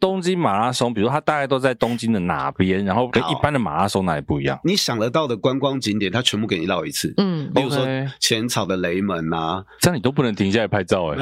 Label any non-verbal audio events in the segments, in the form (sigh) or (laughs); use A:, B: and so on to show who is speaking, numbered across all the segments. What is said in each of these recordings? A: 东京马拉松，比如它大概都在东京的哪边，然后跟
B: 好
A: 一般的马拉松哪里不一样？
B: 你想得到的观光景点，它全部给你绕一次。
C: 嗯，
B: 比如说
A: OK
B: 浅草的雷门啊，
A: 这样你都不能停下来拍照
B: (laughs)
A: 哎、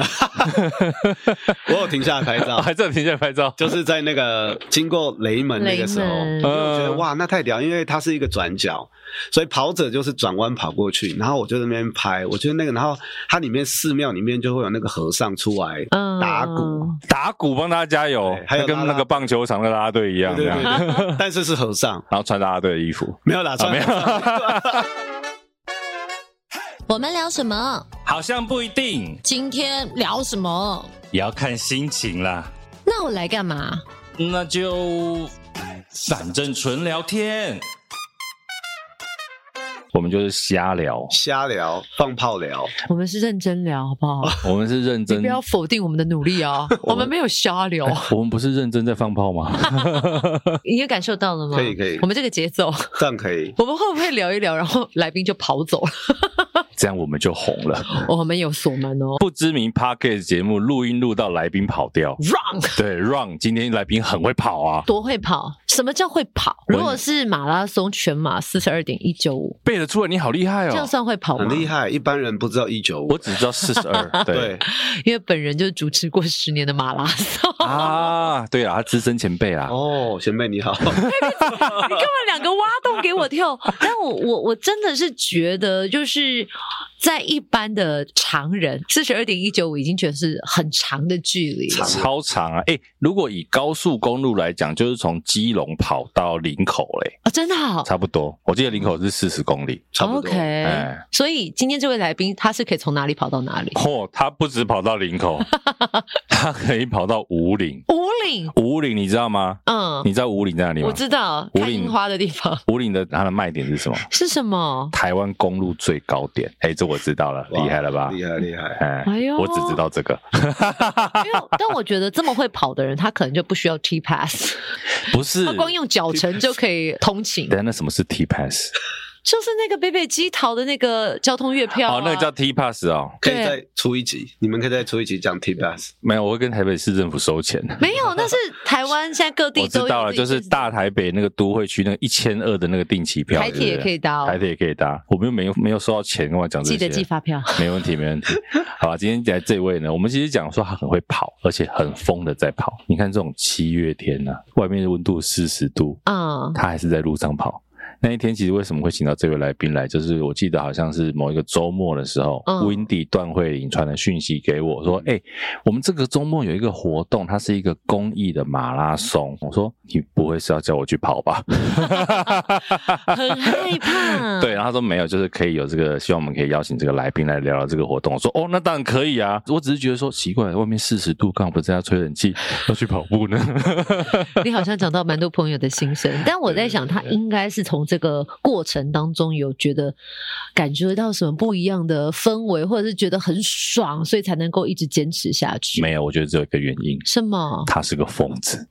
B: 我有停下来拍
A: 啊 (laughs)
B: 照，
A: 还真的停下来拍照，
B: 就是在那个经过雷门那
C: 雷
B: 个时候，
C: 门
B: 因为我觉得
A: 嗯
B: 哇，那太屌，因为它是一个转角，所以跑者就是转弯跑过去，然后我就在那边拍，我觉得那个，然后它里面寺庙里面就会有那个和尚出来，
C: 嗯
B: 打鼓，
A: 打鼓帮大家加油
B: 对，还有
A: 那跟
B: 拉拉
A: 那个棒球场的啦啦队一样，
B: 对
A: 这
B: 对
A: 样，
B: 对对，但是是和尚，
A: 然后穿啦啦队的衣服。
B: 没有啦，
A: 啊，
B: 穿
A: 没有，
C: 我们聊什么？
A: 好像不一定，
C: 今天聊什么？
A: 也要看心情啦。
C: 那我来干嘛？
A: 那就反正纯聊天，我们就是瞎聊，
B: 瞎聊，放炮聊，
C: 我们是认真聊，好不
B: 哦
C: 好？
A: 我们是认
C: 你
A: 真哎
C: 不，要否定我们的努力
B: (laughs)
C: 啊！我们没有瞎聊，
A: 我们不是认真在放炮吗？ (laughs)
C: 你也感受到了吗？
B: 可以可以
C: 我们这个节奏， (laughs)
B: 这样可以。
C: 我们会不会聊一聊，然后来宾就跑走了？哦
A: 这样我们就红了。
C: 我们有锁门哦
A: 不知名 podcast 节目录音录到来宾跑 (laughs) 掉，
C: ，run。
A: 对，Run 今天来宾很会跑啊，
C: 多会跑？什么叫会跑？
A: 我也
C: 如果是马拉松全马四十二点一九五，
A: 背得出来，你好厉害
C: 这样
A: 哦。
C: 算会跑吗？
B: 哎很厉害，一般人不知道一九五
A: 我。只知道四十 (laughs) 二，对
B: 对，
C: 因为本人就主持过十年的马拉松，
A: 啊，对啦，他资深前辈啦，啊
B: 哦，前辈你好， (laughs)
C: 你干嘛两个挖洞给我跳？ (laughs) 但我我我真的是觉得，就是在一般的常人，四十二点一九五已经觉得是很长的距离了。
A: 超长啊！哎、如果以高速公路来讲，就是从基隆跑到林口嘞，
C: 哦，真的好、
A: 差不多。我记得林口是四十公里。
B: 差不
C: o
B: 多。
C: k
A: 哎
C: 所以今天这位来宾他是可以从哪里跑到哪里？
A: 嚯、哦他不止跑到林口， (laughs) 他可以跑到五岭。
C: 五岭，
A: 五岭你知道吗？
C: 嗯，
A: 你知道五岭在哪里吗？
C: 我知道
A: 五
C: 看
A: 岭
C: 樱花的地方
A: 五岭的它的卖点是什么？
C: 是什么？
A: 台湾公路最高点。哎、这我知道了，
B: 哇
A: 厉害了吧？
B: 厉害厉害，
A: 哎、
C: 哎呦
A: 我只知道这个，
C: 因为，但我觉得这么会跑的人，他可能就不需要 T pass，
A: 不是
C: 他。啊光用脚程就可以通勤
A: 等。下，那什么是 T Pass？
C: 就是那个北北基桃的那个交通月票、啊，
A: 哦，那个叫 T Pass 哦，
B: 可以
C: 对
B: 再出一集，你们可以再出一集讲 T bus。
A: 没有，我会跟台北市政府收钱。
C: 没有，那是台湾现在各地
A: 我知
C: 都有
A: 道了，
C: 自己
A: 就是大台北那个都会区那个一千二的那个定期票，
C: 台铁也可以
A: 对
C: 搭、
A: 不对，
C: 哦，
A: 台铁也可以搭。我们又没有没有收到钱，跟我讲这
C: 记
A: 些。
C: 得寄发票。
A: 没问题，没问题。 (laughs) 好吧，今天来这位呢，我们其实讲说他很会跑，而且很疯的在跑。你看这种七月天呐、外面的温度四十度，
C: 嗯，
A: 他还是在路上跑。那一天其实为什么会请到这位来宾来，就是我记得好像是某一个周末的时候、
C: 嗯
A: w i n d y 段慧颖传了讯息给我说：“哎、我们这个周末有一个活动，它是一个公益的马拉松。”我说：“你不会是要叫我去跑吧？” (laughs)
C: 很害怕。
A: 对，，然后他说没有，就是可以有这个，希望我们可以邀请这个来宾来聊聊这个活动。我说哦，那当然可以啊，我只是觉得说奇怪，外面四十度，刚好不是在家吹冷气，要去跑步呢？ (laughs)
C: 你好像讲到蛮多朋友的心声，但我在想，他应该是从这个过程当中有觉得感觉到什么不一样的氛围，或者是觉得很爽，所以才能够一直坚持下去。
A: 没有，我觉得只有一个原因，
C: 什
B: 哦
C: 么
A: 他是个疯
B: (laughs)
A: 子，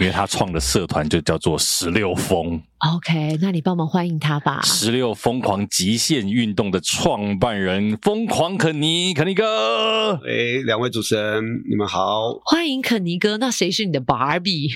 A: 因为他创的社团就叫做十六疯，
C: ？OK，那你帮忙欢迎他
B: 啊
C: 吧。，
A: 十六疯狂极限运动的创办人，疯狂肯尼肯尼哥。
B: 哎，两位主持人，你们好
C: 欢迎肯尼哥，那谁是你的芭
A: (laughs)
C: 比？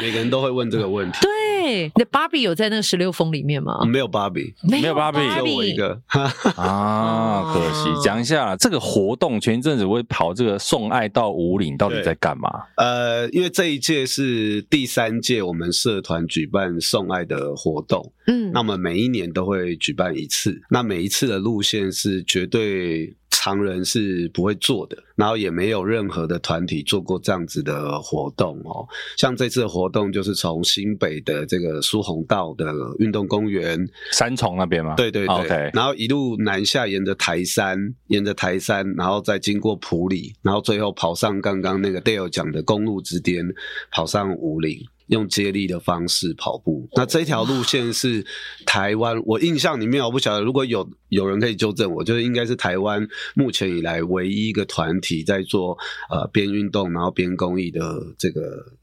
B: 每个人都会问这个问
C: (laughs)
B: 题。
C: 对，你的芭比有在那个十六峰里面吗？
B: 没有芭比，
A: 嗯没有芭比
B: 只有我一个。 (laughs)
A: 啊，可惜
C: 哦，
A: 讲一下这个活动，前一阵子我会跑这个送爱到五岭，到底
B: 对
A: 在干嘛？
B: 呃，因为这一届是第三届我们社团举办送爱的活动，
C: 嗯
B: 那，么每一年都会举办一次。那每一次的路线是绝对常人是不会做的，然后也没有任何的团体做过这样子的活动哦。像这次的活动就是从新北的这个苏宏道的运动公园，
A: 三重那边吗？啊
B: 对对对
A: 哦 OK，
B: 然后一路南下，沿着台山，沿着台山，然后再经过埔里，然后最后跑上刚刚那个 Dale 讲的公路之巅，跑上五岭。用接力的方式跑步，那这条路线是台湾，我印象里面我不晓得，如果有有人可以纠正我，就是应该是台湾目前以来唯一一个团体在做呃边运动然后边公益的这个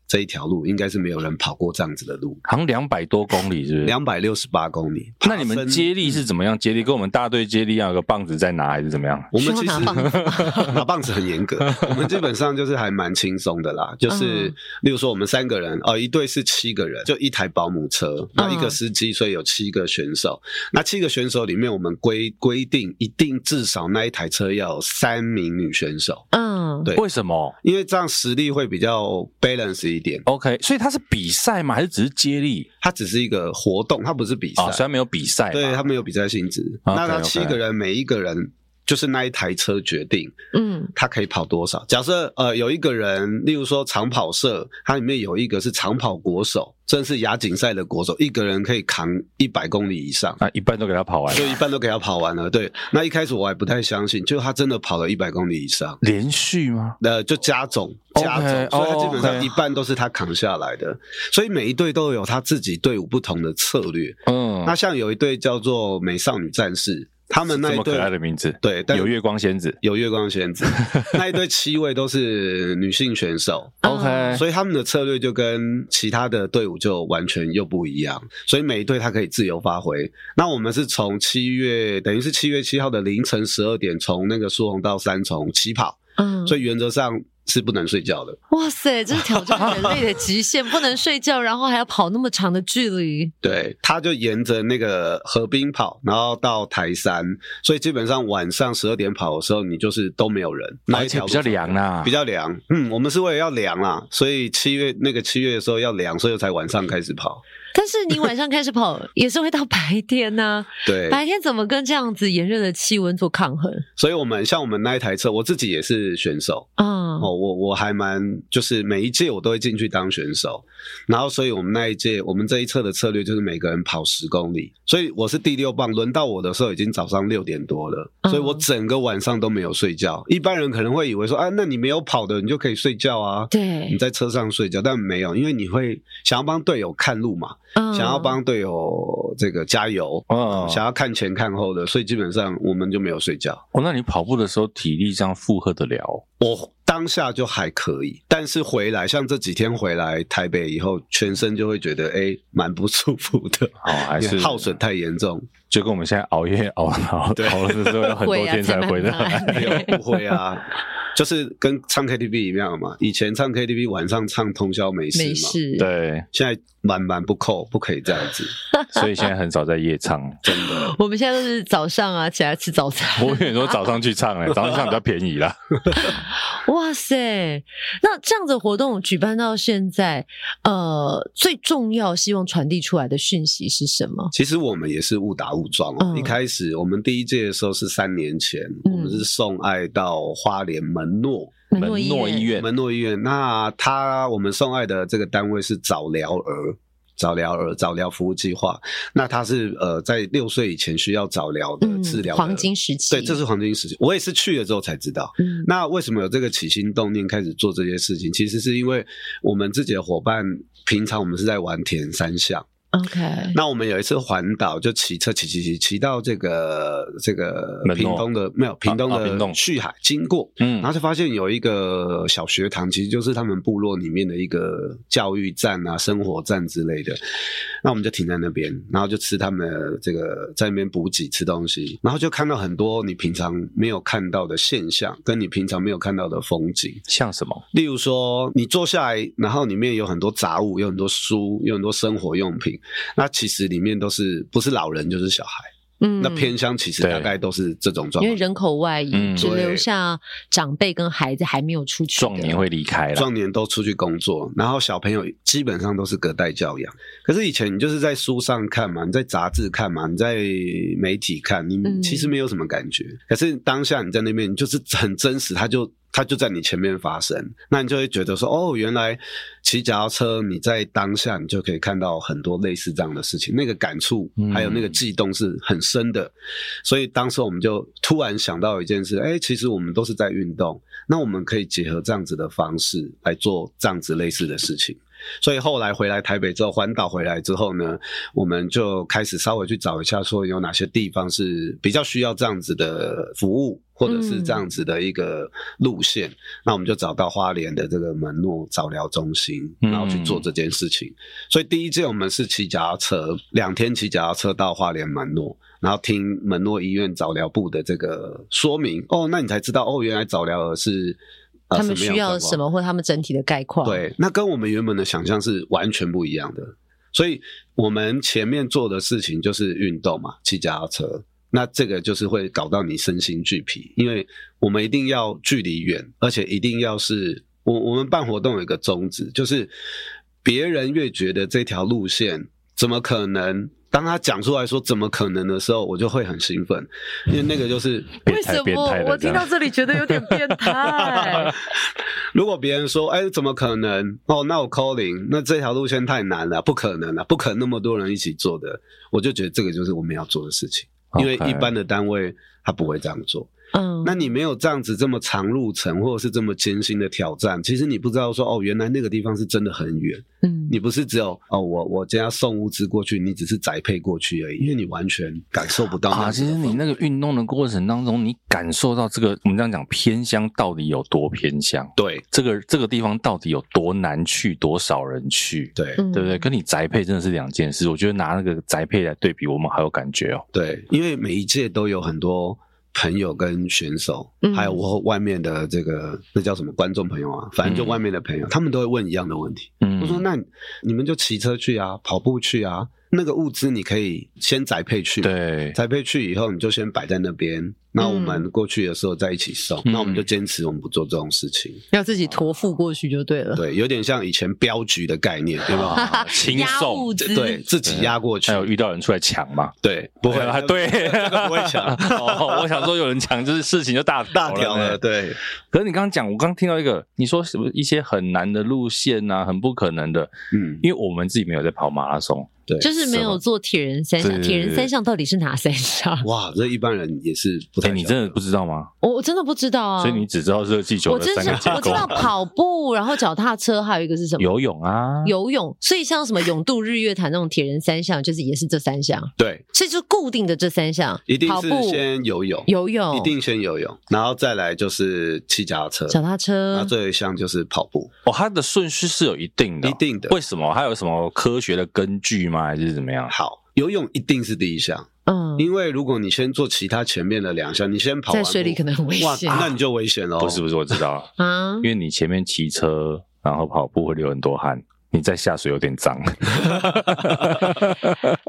B: 这一条路应该是没有人跑过这样子的路，
A: 好像两百多公里，是不是？
B: 两百六十八公里。
A: 那你们接力是怎么样接力？跟我们大队接力啊要有个棒子在拿，还是怎么样？
B: 我们其
C: 需要
B: 实
C: 拿棒
B: (laughs)
C: 子
B: 拿棒子很严
C: (laughs)
B: 格，我们基本上就是还蛮轻松的啦。就是
C: 嗯
B: 例如说我们三个人，哦，一队是七个人，就一台保姆车，那
C: 嗯
B: 一个司机，所以有七个选手。那七个选手里面，我们规规定一定至少那一台车要有三名女选手，
C: 嗯，
B: 对
A: 为什么
B: 因为这样实力会比较 balance 一点。
A: ？OK，所以它是比赛吗？还是只是接力
B: 它只是一个活动，它不是比赛。
C: 哦
A: 啊？虽然没有比赛嘛，
B: 对，他们有比赛性质。
A: OK，
B: 那他
A: OK
B: 七个人，每一个人就是那一台车决定
C: 嗯，
B: 他可以跑多少。假设呃有一个人，例如说长跑社，它里面有一个是长跑国手，真是亚锦赛的国手，一个人可以扛一百公里以上。
A: 啊，一半都给他跑完
B: 就
A: 了，
B: 一半都给他跑完了，对。那一开始我还不太相信，就他真的跑了一百公里以上，
A: 连续吗？
B: 呃，就加总
A: OK，
B: 加总，所以他基本
A: 哦
B: 上
A: ，OK
B: 一半都是他扛下来的。所以每一队都有他自己队伍不同的策略，
A: 嗯，
B: 那像有一队叫做美少女战士，他们那
A: 这
B: 一
A: 么可爱的
B: 队
A: 名字，
B: 对，但
A: 有月光仙子。
B: 有月光仙子，那一队七位都是女性选手。
C: 哦
A: OK，
B: 所以他们的策略就跟其他的队伍就完全又不一样，所以每一队他可以自由发挥。那我们是从七月，等于是七月七号的凌晨十二点，从那个苏红到三重起跑，
C: 嗯，
B: 所以原则上是不能睡觉的。
C: 哇塞，这是挑战人类的极限，不能睡觉，然后还要跑那么长的距离。
A: (laughs)
B: 对，他就沿着那个河滨跑，然后到台山，所以基本上晚上十二点跑的时候，你就是都没有人，那
A: 而
B: 一
A: 且
B: 条
A: 比较
B: 路上
A: 凉啊啦，
B: 比较凉。嗯，我们是为了要凉啦，所以七月那个七月的时候要凉，所以才晚上开始跑。
C: 但是你晚上开始跑，也是会到白天呐、
B: 对，
C: 白天怎么跟这样子炎热的气温做抗衡
B: 所以我们像我们那一台车，我自己也是选手
C: 啊？
B: 哦，我我还蛮就是每一届我都会进去当选手，然后所以我们那一届我们这一侧的策略就是每个人跑十公里，所以我是第六棒，轮到我的时候已经早上六点多了，
C: 嗯
B: 所以我整个晚上都没有睡觉。一般人可能会以为说，啊，那你没有跑的你就可以睡觉啊。你
C: 对，
B: 在车上睡觉，但没有，因为你会想要帮队友看路嘛，
A: 嗯
C: 想
B: 想要帮队友这个加油，
A: 哦
B: 想要看前看后的，所以基本上我们就没有睡觉。
A: 哦，那你跑步的时候体力这样负荷得了？
B: 我当下就还可以，但是回来像这几天回来台北以后，全身就会觉得哎蛮、不舒服的， (laughs)
A: 哦，还是
B: 耗损太严重。
A: 就跟我们现在熬夜熬熬
B: 对
A: 熬了的时候，要很多天才回得 (laughs)
C: (laughs) 回啊才慢慢
A: 来。
C: 来
B: 没有哎不会
A: (laughs)
B: 啊，就是跟唱 KTV 一样嘛，以前唱 KTV 晚上唱通宵没事
C: 没
B: 嘛，
C: 事，
A: 对，
B: 现在满满不扣，不可以这样子，
A: 所以现在很少在夜唱。
B: 真的。
C: 我们现在都是早上啊起来吃早餐。
A: 我跟你说，早上去
B: (laughs)
A: 唱哎、早上唱比较便宜啦。
C: 哇塞，那这样子活动举办到现在，呃，最重要希望传递出来的讯息是什么？
B: 其实我们也是误打误撞哦。
C: 嗯
B: 一开始我们第一届的时候是三年前，
C: 嗯
B: 我们是送爱到花莲门诺
A: 门
C: 诺
A: 诺医院嗯
B: 门诺医院。那他我们送爱的这个单位是早疗儿。早疗儿早疗服务计划，那他是呃在六岁以前需要早疗的呃治疗的、
C: 嗯黄金时期，
B: 对，这是黄金时期。我也是去了之后才知道，
C: 嗯
B: 那为什么有这个起心动念开始做这些事情？其实是因为我们自己的伙伴，平常我们是在玩田三项。
C: OK，
B: 那我们有一次环岛，就骑车骑骑骑骑到这个这个
A: 门诺
B: 屏东的没有屏东
A: 啊啊屏
B: 的
A: 东
B: 旭海经过，
A: 嗯
B: 然后就发现有一个小学堂，其实就是他们部落里面的一个教育站啊、生活站之类的。那我们就停在那边，然后就吃他们的这个在那边补给吃东西，然后就看到很多你平常没有看到的现象，跟你平常没有看到的风景。
A: 像什么？
B: 例如说，你坐下来，然后里面有很多杂物，有很多书，有很多生活用品，那其实里面都是不是老人就是小孩。
C: 嗯
B: 那偏乡其实
A: 对
B: 大概都是这种状
C: 因为
B: 况。
C: 人口外移，
A: 嗯
C: 只留
B: 对
C: 下长辈跟孩子还没有出去的，
A: 壮年会离开了。
B: 壮年都出去工作，然后小朋友基本上都是隔代教养。可是以前你就是在书上看嘛，你在杂志看嘛，你在媒体看，你
C: 嗯
B: 其实没有什么感觉。可是当下你在那边，你就是很真实，它就它就在你前面发生，那你就会觉得说，哦，原来骑脚踏车，你在当下你就可以看到很多类似这样的事情，那个感触
A: 嗯
B: 还有那个悸动是很深的。所以当时我们就突然想到一件事，哎、其实我们都是在运动，那我们可以结合这样子的方式来做这样子类似的事情。所以后来回来台北之后，环岛回来之后呢，我们就开始稍微去找一下，说有哪些地方是比较需要这样子的服务，或者是这样子的一个路线，那我们就找到花莲的这个门诺早疗中心，
A: 嗯
B: 然后去做这件事情。所以第一届我们是骑脚踏车，两天骑脚踏车到花莲门诺。然后听门诺医院早疗部的这个说明哦，那你才知道哦，原来早疗儿是、呃、
D: 他们
B: 什么
D: 需
B: 样
D: 要
B: 的状
D: 什么，
B: 况
D: 或他们整体的概况。，
B: 对，那跟我们原本的想象是完全不一样的。所以我们前面做的事情就是运动嘛，骑脚踏车。那这个就是会搞到你身心俱疲，因为我们一定要距离远，而且一定要是我我们办活动有一个宗旨，就是别人越觉得这条路线怎么可能，当他讲出来说怎么可能的时候，我就会很兴奋，因为那个就是
A: 变态变态的这样
C: 这里觉得有点变态？
B: 如果别人说，哎、怎么可能？哦，那我 calling，那这条路线太难了，不可能了，啊不可能那么多人一起做的，我就觉得这个就是我们要做的事情， (laughs) 因为
A: OK
B: 一般的单位他不会这样做。
C: (laughs) 嗯，
B: 那你没有这样子这么长路程，或者是这么艰辛的挑战，其实你不知道说，哦，原来那个地方是真的很远，
C: 嗯
B: 你不是只有哦，我我今天要送物资过去，你只是宅配过去而已，因为你完全感受不到那
A: 啊，
B: 个
A: 其实你那个运动的过程当中，你感受到这个我们这样讲偏乡到底有多偏乡，
B: 对
A: 这个这个地方到底有多难去，多少人去，
B: 对
C: 嗯
A: 对不对？跟你宅配真的是两件事。我觉得拿那个宅配来对比，我们好有感觉哦。
B: 对，因为每一届都有很多朋友跟选手，
C: 嗯
B: 还有我外面的这个那叫什么观众朋友啊，反正就
A: 嗯
B: 外面的朋友，他们都会问一样的问题。
A: 嗯
B: 我说：“那你们就骑车去啊，跑步去啊，那个物资你可以先宅配去，，
A: 对，
B: 宅配去以后你就先摆在那边，那我们过去的时候再一起送。
A: 嗯
B: 那我们就坚持我们不做这种事情，
D: 要自己驮付过去就对了。
B: 对，有点像以前镖局的概念，对吧？
A: 啊轻
C: 压
A: 松
C: 物，资
B: 对，自己压过去
A: 还，有遇到人出来抢嘛？
B: 对，不会
A: 啊，对，
B: 这个 (laughs) 不会抢，
A: (laughs) 哦，我想说有人抢，就是事情就大
B: 大条
A: 条了哎
B: 了，。对。”
A: 可是你刚刚讲，我刚听到一个，你说什么一些很难的路线啊，很不可能的，
B: 嗯，
A: 因为我们自己没有在跑马拉松，
C: 就是没有做铁人三
A: 对
C: 项，
A: 对对
C: 铁人三项到底是哪三项？
A: (laughs)
B: 哇，这一般人也是不
A: 哎、
B: 太、
A: 你真的不知道吗？
C: 我我真的不知道啊。
A: 所以你只知道热气球
C: 我
A: 的
C: 真
A: 三
C: 是
A: 个结
C: 我知
A: 构，(laughs)
C: 道跑步，然后脚踏车，还有一个是什么？
A: 游泳啊，
C: 游泳。所以
D: (laughs)
C: 像什么泳渡、日月潭那种铁人三项，就是也是这三项，
B: 对，
C: 所以就是固定的这三项。
B: 一定
C: 跑
B: 是
C: 步、
B: 先游泳，
C: 游泳、
B: 一定先游泳，然后再来就是骑脚踏车，
C: 脚踏
B: 那
C: 车。
B: 最后一项就是跑步，
A: 哦，它的顺序是有一定的哦、
B: 一定的
A: 为什么？它有什么科学的根据吗？还是怎么样？
B: 好。游泳一定是第一项，
C: 嗯，
B: 因为如果你先做其他前面的两项，你先跑
C: 在
B: 完
C: 水里
B: 步
C: 可能很危
B: 哇，
C: 险
B: 那你就危险喽。
A: 不是不是，我知道了，
C: 啊
A: 因。为你前面骑车，然后跑步会流很多汗，你在下水有点脏。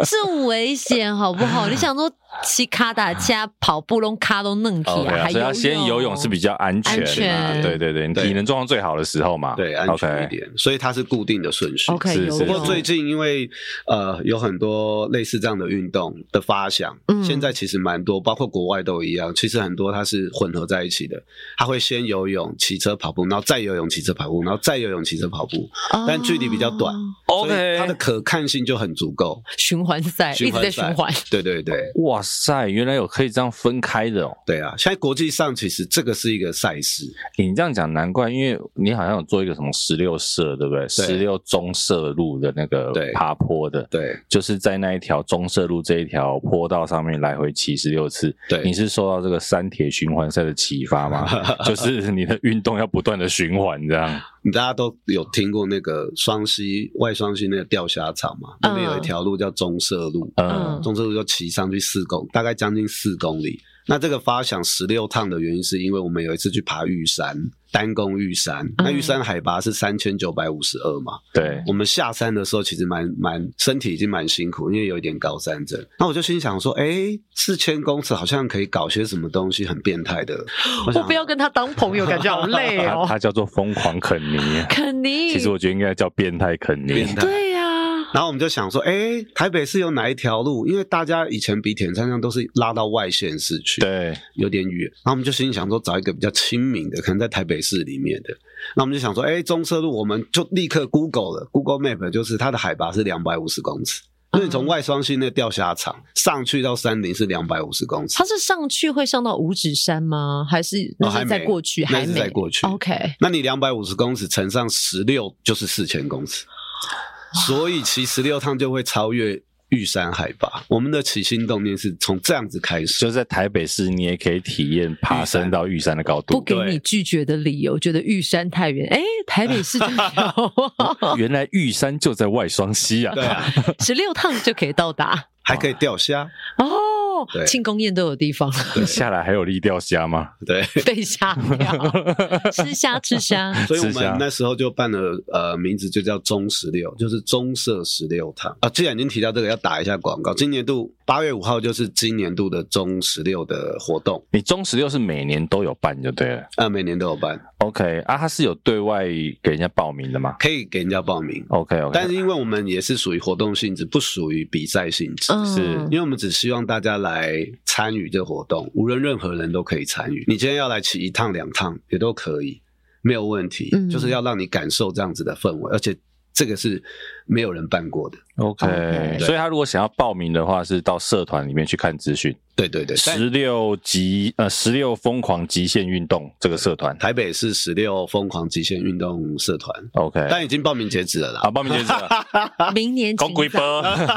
C: 是危险，好
B: (laughs)
C: 不好？你想说骑卡达加跑步弄卡都弄
B: 哦
C: 起
A: OK
C: 来，
A: 啊，
C: 还
A: 所以要先游泳是比较安全
C: 安
A: 嘛，
C: 全
A: 对对对，你
B: 对
A: 体能状况最好的时候嘛，
B: 对安全
A: OK，
B: 一点所以它是固定的顺序。
C: OK
A: 是
C: 哦游
A: 是
B: 不
C: 泳。
B: 过最近因为呃有很多类似这样的运动的发想，
C: 嗯
B: 现在其实蛮多，包括国外都一样。其实很多它是混合在一起的，它会先游泳、骑车、跑步，然后再游泳、骑车、跑步，然后再游泳、骑车、跑步，但距离比较短
C: 哦
B: 所以
A: OK，
B: 它的可看性就很足够。
C: 循环赛哎一
B: 循
C: 直
B: 环
C: 在
B: 赛
C: 循环。
B: 对对对
A: 哇塞，原来有可以这样分开的哦。
B: 对啊！现在国际上其实这个是一个赛事，
A: 你这样讲难怪，因为你好像有做一个什么十六社，对不对？十六中社路的那个
B: 对
A: 爬坡的，
B: 对
A: 就是在那一条中社路这一条坡道上面来回骑十六次。你
B: 对
A: 是受到这个三铁循环赛的启发
B: (laughs)
A: 吗？就是你的运动要不断的循环这样。
B: 大家都有听过那个双溪外双溪那个钓虾场嘛？那边有一条路叫中社路，
A: 嗯
C: 嗯
B: 中车路就骑上去四公，大概将近四公里。那这个发想十六趟的原因，是因为我们有一次去爬玉山，单攻玉山。那玉山海拔是三千九百五十二嘛，
A: 对，
B: 我们下山的时候其实蛮蛮身体已经蛮辛苦，因为有一点高山症。那我就心想说，哎，四千公尺好像可以搞些什么东西很变态的。我
D: 我
B: 想
D: 不要跟他当朋友，感觉好
C: 哎
D: 累
A: 它
B: (laughs)
D: 哦。
A: 它叫做疯狂肯尼。啊
C: 肯尼，
A: 其实我觉得应该叫变态肯尼
B: 变。态。
D: 对呀，
B: 然后我们就想说，哎，台北市有哪一条路？因为大家以前比铁人三项都是拉到外县市去，
A: 对，
B: 有点远，然后我们就心里想说找一个比较亲民的，可能在台北市里面的。那我们就想说，哎、中车路我们就立刻 Google 了，Google Map 就是它的海拔是两百五十公尺，因为你从外双溪那钓虾场上去到山顶是两百五十公尺
C: 他。是上去会上到五指山吗？还是
B: 哦
C: 那是在过去？
B: 还没
C: 还没
B: 那是在过去
C: OK，
B: 那你两百五十公尺乘上十六就是四千公尺，所以骑十六趟就会超越玉山海拔。我们的起心动念是从这样子开
A: (laughs)
B: 始，
A: 就是在台北市，你也可以体验爬升到玉山的高
C: 不
A: 度。
C: 给
B: 对
C: 你拒绝的理由，觉得玉山太远，哎，台北市就
B: (laughs)
C: 有
A: 原来玉山就在外双溪啊！
B: 对啊，
C: 十六趟就可以到达
B: 还可以钓虾，
C: 哦。
B: 对
C: 庆功宴都有地
B: (laughs)
C: 方
A: (laughs) 你下来还有立钓虾吗？
B: 对。
A: (laughs)
C: 被吓掉，吃虾吃虾，
B: (laughs) 所以我
A: 吃虾
B: 们那时候就办了，呃，名字就叫中十六，就是中社十六堂啊。既然已经提到这个，要打一下广告。今年度八月五号就是今年度的中十六的活动，
A: 你中十六是每年都有办就对了。
B: 啊，每年都有办，
A: OK 啊，它是有对外给人家报名的吗
B: 可以给人家报名。
A: ？OK OK，
B: 但是因为我们也是属于活动性质，不属于比赛性质。
C: 嗯，
A: 是
B: 因为我们只希望大家来参与这活动，无论任何人都可以参与。你今天要来骑一趟两趟也都可以，没有问题。
C: 嗯
B: 就是要让你感受这样子的氛围，而且这个是没有人办过的。
A: OK，
C: OK
A: 所以他如果想要报名的话，是到社团里面去看资讯。
B: 对对对，但
A: 十六极呃，十六疯狂极限运动这个社团。
B: 台北市十六疯狂极限运动社团，
A: OK，
B: 但已经报名截止了
A: 好，
B: 啦。
A: 报名截止
B: (laughs)
A: 了，
C: 明年
A: 公
C: 请
A: 龟
C: 早，
A: 波。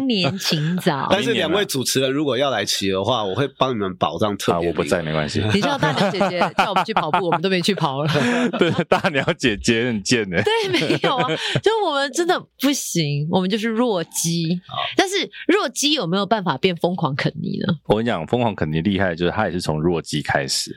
C: 明年请早。
B: 但是
A: 明年
B: 两
A: 啊
B: 位主持人如果要来骑的话，我会帮你们保障特
A: 啊，
B: 别、
A: 我不在，，没关系。 (laughs)
C: 你知道大鸟姐姐叫我们去跑步，我们都没去跑了。
A: 对，大鸟姐姐很贱欸呢。
C: 对， (laughs) 没
A: (laughs)
C: 有啊，就我们真的不行，我们就是弱鸡。但是弱鸡有没有办法变疯狂啃泥呢？
A: 我跟你讲，疯狂肯定厉害，就是他也是从弱鸡开始。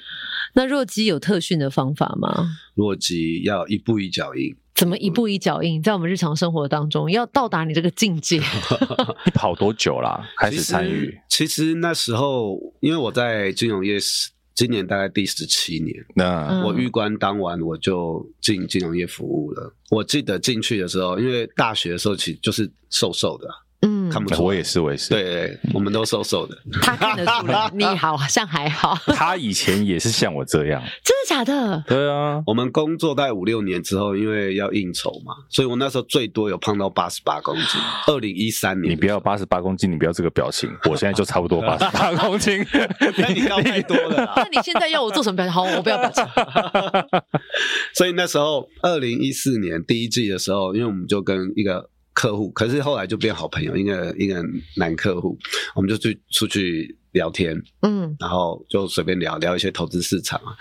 C: 那弱鸡有特训的方法吗？
B: 洛基要一步一脚印。
C: 怎么一步一脚印，在我们日常生活当中要到达你这个
A: (laughs)
C: 境界？
A: 你跑多久啦？开始参与？
B: 其实。其实那时候，因为我在金融业十，今年大概第十七年，
A: 那
C: 嗯
B: 我玉官当完我就进金融业服务了。我记得进去的时候，因为大学的时候其实就是瘦瘦的啊，
C: 嗯，
B: 看不出来。
A: 哎我也嗯是，我也是。，
B: 对，我们都瘦瘦的。
C: 他看得出来，你好像还好，
A: (laughs) 他以前也是像我这
B: (laughs)
A: 样。
C: 真的假的？
A: 对啊，
B: 我们工作大概五六年之后，因为要应酬嘛，所以我那时候最多有胖到八十八公斤。二零一三年，
A: 你不要八十八公斤，你不要这个表情。我现在就差不多八十八公斤。
B: (laughs) (laughs) 那你高太多了啊
C: 那
B: 啦。
C: 你现在要我做什么表情？好，我不要表
A: (laughs)
C: 情。
B: 所以那时候二零一四年第一季的时候，因为我们就跟一个客户，可是后来就变好朋友，一个一个男客户，我们就去出去聊天，
C: 嗯，
B: 然后就随便聊聊一些投资市场啊。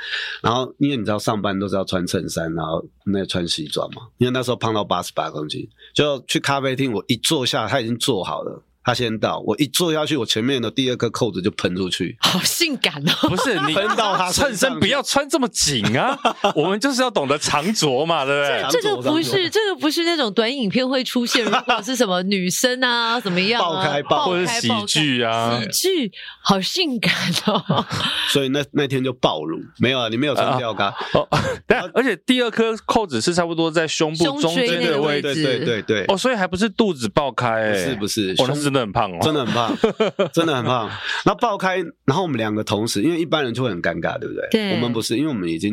B: 然后因为你知道上班都是要穿衬衫，然后那穿西装嘛。因为那时候胖到八十八公斤，就去咖啡厅，我一坐下，他已经做好了。他先到，我一坐下去，我前面的第二颗扣子就喷出去，
C: 好性感
A: (laughs)
C: 哦。
A: 不是你
B: 分到他身上
A: 衬衫不要穿这么紧啊！我们就是要懂得长着嘛，对不对？
C: 这个不是，这个不是那种短影片会出现，如果是什么女生啊，怎么样、啊、
B: 爆开爆
A: 或者是喜剧啊
C: 爆开、喜剧，好性感哦！
B: 所以那那天就暴露。没有啊，你没有穿吊嘎，
A: 哦，对，而且第二颗扣子是差不多在胸部
C: 胸
A: 中
C: 椎
A: 间
C: 那
A: 的
C: 个
A: 位
B: 对
A: 置
B: 对
C: 置
B: 对对对，
A: 哦，所以还不是肚子爆开、
B: 不
A: 欸，
B: 是不是，
A: 哦，那
B: 胸
A: 真的很胖哦，
B: (laughs) 真的很胖，真的很胖。然后爆开，然后我们两个同时，因为一般人就会很尴尬，对不对？
C: 对
B: 我们不是，因为我们已经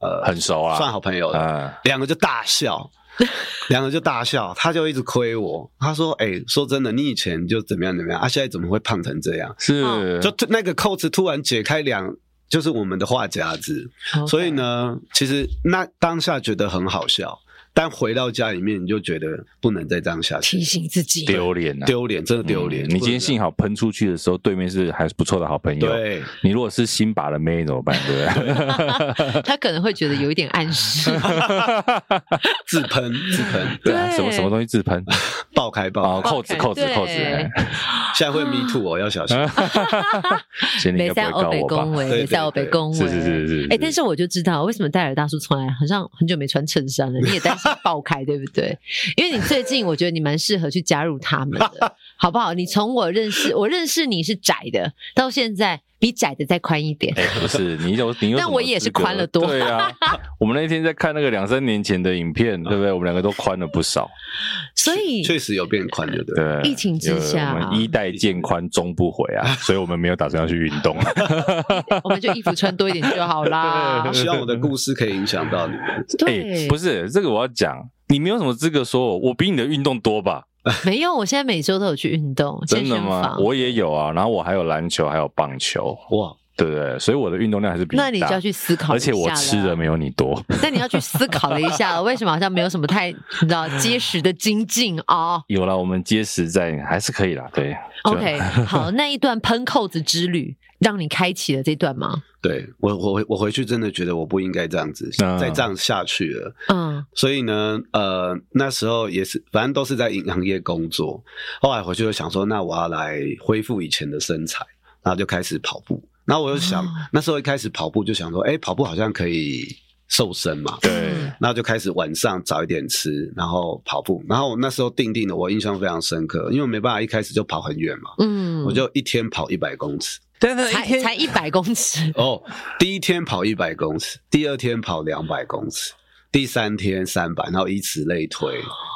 B: 呃
A: 很熟啊，
B: 算好朋友了，
A: 啊，
B: 两个就大笑，两个就大笑，他就一直亏我，他说：“哎、说真的，你以前就怎么样怎么样，啊，现在怎么会胖成这样？
A: 是、
C: 哦
B: 嗯就那个扣子突然解开两。”就是我们的话匣子，所以呢，其实那当下觉得很好笑，但回到家里面你就觉得不能再这样下去
C: (laughs) 提，醒自己，
A: 丢脸啊，
B: 丢脸，真的丢脸。
A: 嗯你今天
B: 不能这样
A: 幸好喷出去的时候，对面是还是不错的好朋友。
B: 对，
A: 你如果是新拔的妹怎么办？对不对？
C: 他可能会觉得有一点暗示。
B: 自
A: (laughs)
B: 喷自喷，
A: (laughs) 对啊，什么什么东西自喷
B: 爆开
A: 啊？
C: (laughs)
B: 爆开，
A: 扣子
C: 对
A: 扣子扣子，哎
B: 现在会 me too
A: (laughs)
B: 哦，要小心。
A: 嗯姐你应
C: 没
A: 该
C: 在
A: 不会
C: 欧
A: 告
C: 北
A: 我
C: 恭
A: 吧？
C: 维，
B: 对
C: 没在欧北恭维，
A: 是是是是是
C: 哎、但是我就知道为什么戴尔大叔从来好像很久没穿衬衫了，你也担心爆开，对不对？
A: (laughs)
C: 因为你最近我觉得你蛮适合去加入他
A: (laughs)
C: 们的，好不好？你从我认识，我认识你是窄的，到现在比窄的再宽一点。
A: 哎，不是你有你
C: (laughs)
A: 有什么资格，
C: 但我也是宽了多
A: 对啊，我们那天在看那个两三年前的影片，对不对？我们两个都宽了不少。
C: 所以
B: 确实有变宽，对不对？
A: 对，
C: 疫情之下啊
A: 有我们衣带渐宽终不悔啊，所以我们没有打算要去运动。。
C: 我们就衣服穿多一点就好啦
A: (laughs)
B: 希望我的故事可以影响到你们。
C: (laughs) 对，
A: 哎不是这个，我要讲，你没有什么资格说我，我比你的运动多吧？
C: 没有，我现在每周都有去运动，健
A: 真
C: 身
A: 的吗？
C: 房。
A: 我也有啊，然后我还有篮球，还有棒球。
B: 哇，
A: 对对对，所以我的运动量还是比
C: 那你
A: 大
C: 就要去思考
A: 而
C: 一下
A: 且
C: 了
A: 我吃的没有你多，
C: 那你要去思考了一下了，为什么好像没有什么太你知道结实的精进哦
A: 有了我们结实在还 (laughs) 是可啊以啦，对就
C: OK，好，那一段喷扣子之旅让你开启了这段吗？
B: 对我我回我回去真的觉得我不应该这样子，
A: 嗯
B: 再这样下去了。
C: 嗯，
B: 所以呢，呃，那时候也是，反正都是在银行业工作。后来回去就想说，那我要来恢复以前的身材，然后就开始跑步。然后我就想，
C: 哦
A: 啊
B: 那时候一开始跑步就想说，哎、跑步好像可以瘦身嘛。
A: 对，
B: 然后就开始晚上早一点吃，然后跑步。然后我那时候定定的，我印象非常深刻，因为没办法一开始就跑很远嘛，
C: 嗯，
B: 我就一天跑一百公尺。
A: 但是一
C: 才
A: 天
C: 才一百公尺，
B: 哦，第一天跑一百公尺，第二天跑两百公尺，第三天三百，然后以此类推，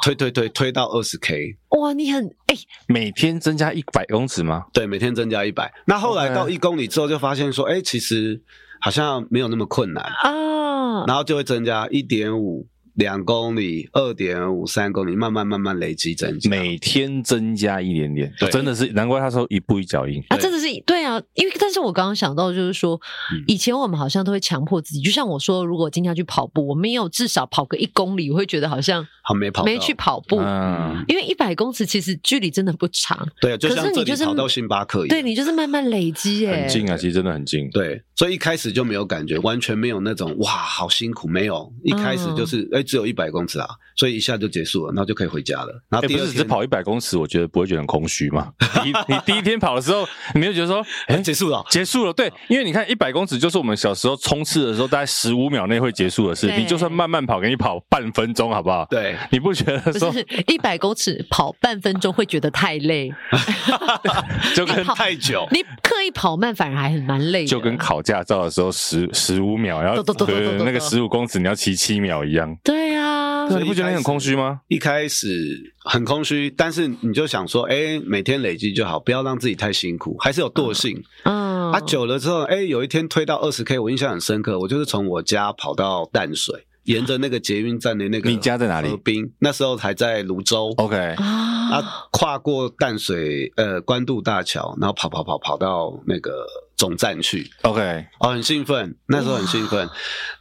B: 推推推推到二十 K，
C: 哇，你很哎、
A: 每天增加一百公尺吗？
B: 对，每天增加一百。那后来
A: OK
B: 到一公里之后，就发现说，哎、其实好像没有那么困难，
C: 啊，
B: 然后就会增加一点五。两公里、二点五、三公里，慢慢慢慢累积增加。
A: 每天增加一点点，
B: 对
A: 真的是难怪他说一步一脚印。
C: 啊，真的是对啊，因为但是我刚刚想到就是说
B: 嗯，
C: 以前我们好像都会强迫自己，就像我说，如果今天要去跑步，我没有至少跑个一公里，我会觉得好像
B: 好没跑到
C: 没去跑步，
A: 嗯，
C: 因为一百公尺其实距离真的不长，
B: 对，啊就
C: 可
B: 像
C: 是
B: 这
C: 你就
B: 里
C: 是
B: 跑到星巴克一样。
C: 对你就是慢慢累积耶、
A: 很近啊，其实真的很近。
B: 对，所以一开始就没有感觉，完全没有那种哇，好辛苦，没有。一开
C: 嗯
B: 始就是哎、只有一百公尺啊，所以一下就结束了，然后就可以回家了。然
A: 哎，
B: 后第
A: 不
B: 二
A: 是只
B: 天、
A: 跑一百公尺，我觉得不会觉得很空虚
B: (laughs)
A: 吗？你你第一天跑的时候，你没有觉得说，
B: 哎、
A: 哎，
B: 结束了，
A: 结束了，
C: 嗯
A: 对，因为你看一百公尺就是我们小时候冲刺的时候，大概十五秒内会结束的事。
C: 对
A: 你就算慢慢跑，给你跑半分钟，好不好？
B: 对，
A: 你不觉得
C: 不
A: 说
C: 是一百公尺跑半分钟会觉得太累，
A: (laughs) 就跟
C: 跑
B: 太久。
C: 你刻意跑慢反而还很蛮累
A: (laughs)
C: 的，
A: 就跟考驾照的时候十十五秒，然后
C: 咚咚咚咚咚
A: 对
C: 咚
A: 那个十五公尺你要骑七秒一样，
C: 对啊，
A: 对，你不觉得你很空虚吗？
B: 一开始很空虚，但是你就想说，哎、每天累积就好，不要让自己太辛苦，还是有惰性。
C: 嗯，
B: 啊，久了之后，哎、有一天推到二十 K，我印象很深刻，我就是从我家跑到淡水，沿着那个捷运站的那个。
A: 你家在哪里
B: 河滨，那时候还在泸州。
A: ？OK，
C: 啊，
B: 啊，跨过淡水呃关渡大桥，然后跑跑跑跑到那个总站去，
A: OK，
B: 哦，很兴奋，那时候很兴奋。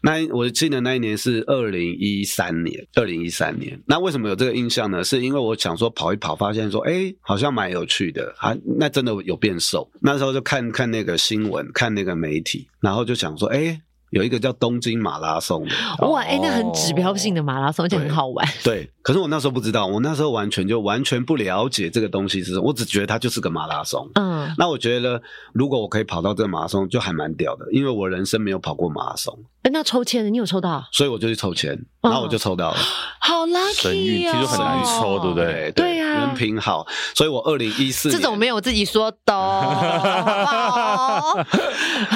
B: 那一我记得那一年是二零一三年，二零一三年。那为什么有这个印象呢？是因为我想说跑一跑，发现说，哎、好像蛮有趣的啊，那真的有变瘦。那时候就看看那个新闻，看那个媒体，然后就想说，哎、有一个叫东京马拉松的，
C: 哇，哎、那很指
A: 哦
C: 标性的马拉松，而且很好玩，
B: 对，可是我那时候不知道，我那时候完全就完全不了解这个东西是什么，我只觉得它就是个马拉松。 (laughs)
C: 嗯，
B: 那我觉得，如果我可以跑到这个马拉松，就还蛮屌的，因为我人生没有跑过马拉松，
C: 哎那抽签的你有抽到？
B: 所以我就去抽签，然后我就抽到了。
C: 好
A: 神韵听
C: lucky 哦，
A: 说很难抽，对不对？
C: 对啊
B: 啊人品好，所以我二零一四
C: 这种没有自己说的哦，好不好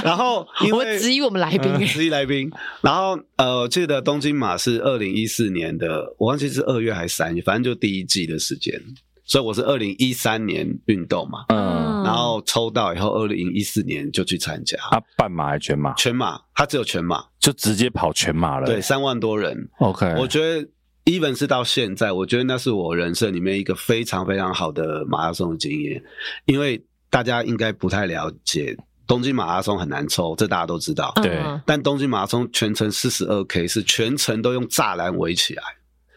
B: 然后因
C: 我
B: 为
C: 质疑我们来宾、
B: 十一来宾，然后呃，我记得东京马是二零一四年的，我忘记是二月还是三月，反正就第一季的时间，所以我是二零一三年运动嘛，
A: 嗯，
B: 然后抽到以后，二零一四年就去参加。
A: 啊，半马还是全马？
B: 全马，它只有全马，
A: 就直接跑全马了。
B: 对，三万多人，
A: ，OK，
C: 哎
B: 我觉得 even 是到现在，我觉得那是我人生里面一个非常非常好的马拉松的经验，因为大家应该不太了解东京马拉松很难抽，这大家都知道。
A: 对
C: 嗯
B: 但东京马拉松全程四十二 K 是全程都用栅栏围起来，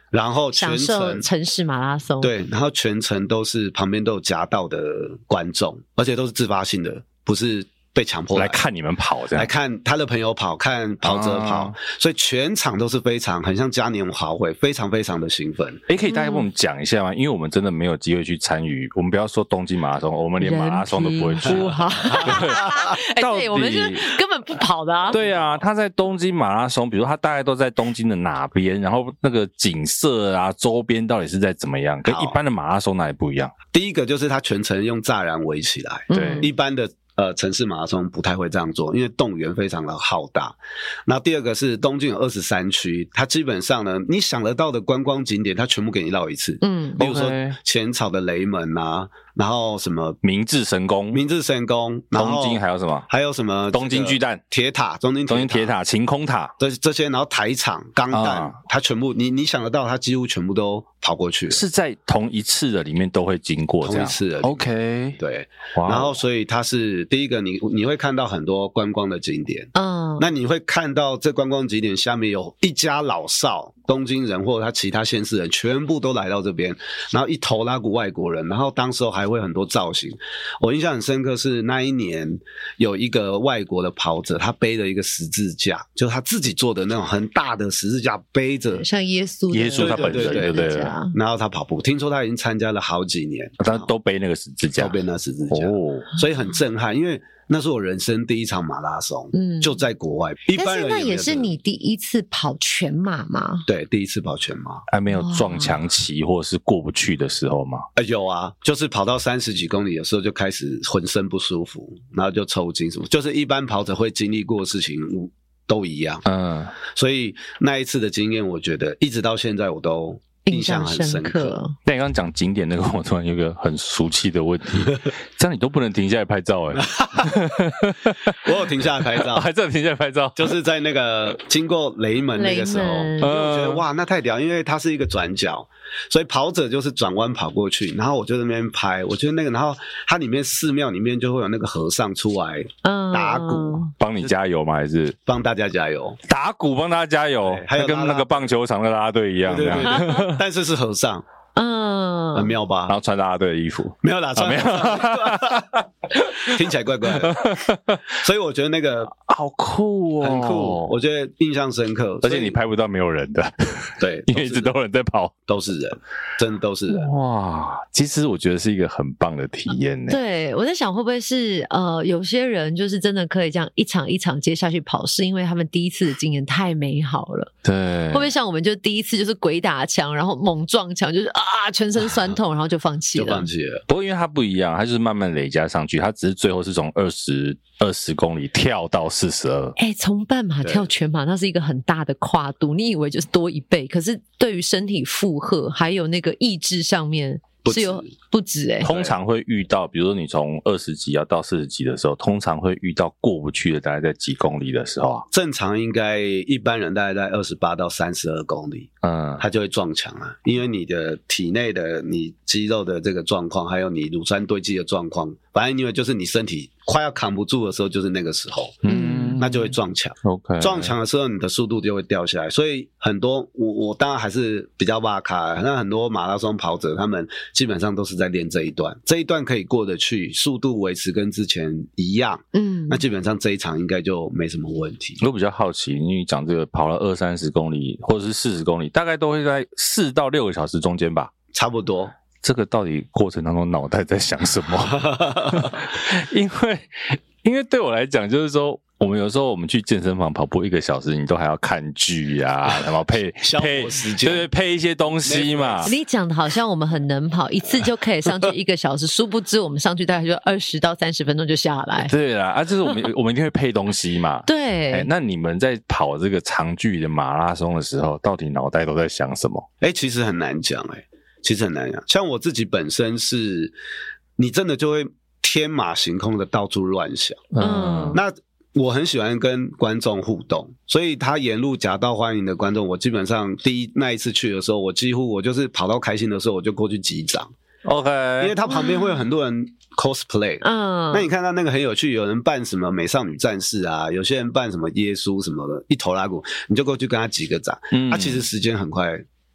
B: 然后全
C: 享受
B: 程
C: 城市马拉松，，
B: 对，然后全程都是旁边都有夹道的观众，而且都是自发性的，不是被强迫
A: 来
B: 看。
A: 看你们跑这样
B: 来。看他的朋友跑，看跑者跑，
A: 啊
B: 所以全场都是非常很像嘉年华会，非常非常的兴奋。
A: 哎，可以大概帮我们讲一下吗？因为我们真的没有机会去参与，我们不要说东京马拉松，我们连马拉松都不会去。
C: 好， (laughs) 哎，
A: 到底
C: 对，我们是根本不跑的啊，
A: (laughs) 对啊，他在东京马拉松，比如他大概都在东京的哪边，然后那个景色啊，周边到底是在怎么样，跟
B: 好
A: 一般的马拉松哪里不一样？
B: 第一个就是他全程用栅栏围起来，
C: 嗯
A: 对
B: 一般的呃城市马拉松不太会这样做，因为动员非常的浩大。那第二个是东京有二十三区，它基本上呢，你想得到的观光景点，它全部给你绕一次。
C: 嗯
B: 比如说
A: OK
B: 浅草的雷门啊，然后什么
A: 明治神宫、
B: 明治神宫，然后
A: 东京还有什么？
B: 还有什么这个
A: 东京巨蛋、
B: 铁塔，东京
A: 东京铁
B: 塔。
A: 塔、晴空塔。
B: 这这些，然后台场、钢弹，
A: 啊
B: 它全部你你想得到，它几乎全部都跑过去了，
A: 是在同一次的里面都会经过这
B: 同一
A: 样。
B: 次而已
A: OK，，
B: 对，
A: 哇
B: 然后所以它是第一个你，你会看到很多观光的景点，
C: 嗯，
B: 那你会看到这观光景点下面有一家老少，东京人或者他其他县市人全部都来到这边，然后一头拉古外国人，然后当时候还会很多造型。我印象很深刻是那一年有一个外国的跑者，他背了一个十字架，就是他自己做的那种很大的十字架背着，
C: 像耶稣的，
A: 耶稣
B: 他本人对
A: 不对
C: 这样
B: 然后他跑步。听说他已经参加了好几年，
A: 当然哦都背那个十字架
B: 都。背那十字架。
A: 哦，
B: 所以很震撼，因为那是我人生第一场马拉松，
C: 嗯
B: 就在国外。一般
C: 但是
B: 人
C: 那
B: 没有
C: 也是
B: 这个
C: 你第一次跑全马吗？
B: 对第一次跑全马，
A: 还没有
C: 哇
A: 撞墙期或是过不去的时候嘛？
B: 啊有啊，就是跑到三十几公里，有时候就开始浑身不舒服，然后就抽筋什么，就是一般跑者会经历过的事情都一样。
A: 嗯，
B: 所以那一次的经验，我觉得一直到现在我都印象很
C: 深
B: 深刻。，
A: 但你刚刚讲景点那个，我突然有一个很俗气的
B: (laughs)
A: 问题，这样你都不能停下来拍照哎、
B: 我有停下来拍照，
A: 还在停下来拍照，
B: 就是在
A: (laughs)
B: 那个经过雷门那个时候，
C: 雷门
B: 因为我觉得哇，那太屌，因为它是一个转角，所以跑者就是转弯跑过去，然后我就在那边拍，我觉得那个，然后它里面寺庙里面就会有那个和尚出来
C: 嗯，
B: 打鼓
A: 帮你加油吗？还是
B: 帮大家加油，
A: 打鼓帮大家加油
B: 对？还有
A: 那跟
B: 拉拉
A: 那个棒球场的啦啦队一样，这
B: 对
A: 样，
B: 对对对但是是
A: (laughs)
B: 和尚，
C: 嗯，
B: 很妙
A: 然
B: 吧？
A: 后穿啦啦队的衣服。
B: 没有啦，
A: 啊
B: 没有， (laughs) 听起来怪
A: (laughs)
B: 怪的，所以我觉得那个
A: 好酷哦
B: 很酷，我觉得印象深刻，
A: 而且
B: 所以
A: 你拍不到没有人的，
B: 对，
A: 因为一直嗯都有人在跑。
B: 都是人，真的都是人，
A: 哇，其实我觉得是一个很棒的体验欸呢。
C: 对，我在想会不会是呃，有些人就是真的可以这样一场一场接下去跑，是因为他们第一次的经验太美好了。
A: 对
C: 会不会像我们就第一次就是鬼打墙，然后猛撞墙，就是啊全身
B: (laughs)
C: 酸痛，然后就放弃
B: 就
C: 了
B: 放。弃了，
A: 不过因为它不一样，它就是慢慢累加上去，它只是最后是从二十二十公里跳到四十二。
C: 哎，从半马
B: 对
C: 跳全马，那是一个很大的跨度。你以为就是多一倍，可是对于身体负荷还有那个意志上面
B: 不
C: 是有
B: 止
C: 不止哎、
A: 通常会遇到，比如说你从二十级要到四十级的时候，通常会遇到过不去的，大概在几公里的时候啊，
B: 正常应该一般人大概在二十八到三十二公里，
A: 嗯，
B: 它就会撞墙啊，因为你的体内的你肌肉的这个状况，还有你乳酸堆积的状况，反正因为就是你身体快要扛不住的时候，就是那个时候，
C: 嗯
B: 那就会撞墙。
A: OK
B: 撞墙的时候，你的速度就会掉下来，所以很多我我当然还是比较哇卡，那很多马拉松跑者他们基本上都是在练这一段，这一段可以过得去，速度维持跟之前一样，
C: 嗯，
B: 那基本上这一场应该就没什么问题。
A: 我比较好奇，因为你讲这个跑了二三十公里或者是四十公里，大概都会在四到六个小时中间吧。
B: 差不多，
A: 这个到底过程当中脑袋在想什么？ (laughs) 因为因为对我来讲，就是说。我们有时候我们去健身房跑步一个小时，你都还要看剧呀、啊，然后配
B: (laughs) 消磨
A: 配
B: 时间
A: 对对，配一些东西嘛。 (laughs)
C: 你讲的好像我们很能跑，一次就可以上去一个小时，殊不知我们上去大概就二十到三十分钟就下来。
A: 对啦，啊，就是我
B: (laughs)
A: 们我们一定会配东西嘛。
C: 对，
A: 哎，那你们在跑这个长距离的马拉松的时候，到底脑袋都在想什么？
B: (laughs) 哎、其实很难讲，哎，其实很难讲。像我自己本身是，你真的就会天马行空的到处乱想。
C: 嗯
B: 那我很喜欢跟观众互动，所以他沿路夹道欢迎的观众，我基本上第一那一次去的时候，我几乎我就是跑到开心的时候，我就过去击掌，
A: OK，
B: 因为他旁边会有很多人 cosplay。
C: 嗯，
B: 那你看到那个很有趣，有人扮什么美少女战士啊，有些人扮什么耶稣什么的，一头拉骨，你就过去跟他击个掌，
A: 嗯
B: 他、其实时间很快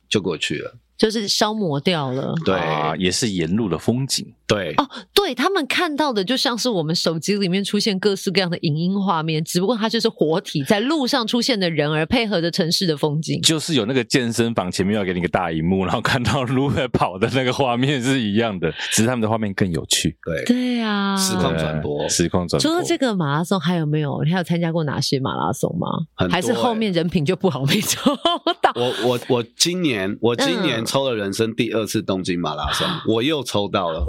B: 就过去了。
C: 就是消磨掉了。
B: 对、
A: 啊，也是沿路的风景。
B: 对，
C: 哦对他们看到的就像是我们手机里面出现各式各样的影音画面，只不过它就是活体在路上出现的人，而配合着城市的风景。
A: 就是有那个健身房前面要给你一个大荧幕，然后看到 (laughs) 路在跑的那个画面是一样的，只是他们的画面更有趣。
B: 对，
C: 对啊，
B: 实况转播
A: 实况转播。
C: 除了这个马拉松，还有没有？你还有参加过哪些马拉松吗？
B: 很多欸
C: 还是后面人品就不好没抽
B: (laughs)
C: 到？
B: 我我我今年我今年
C: 嗯啊
B: 抽了人生第二次东京马拉松，我又抽到了，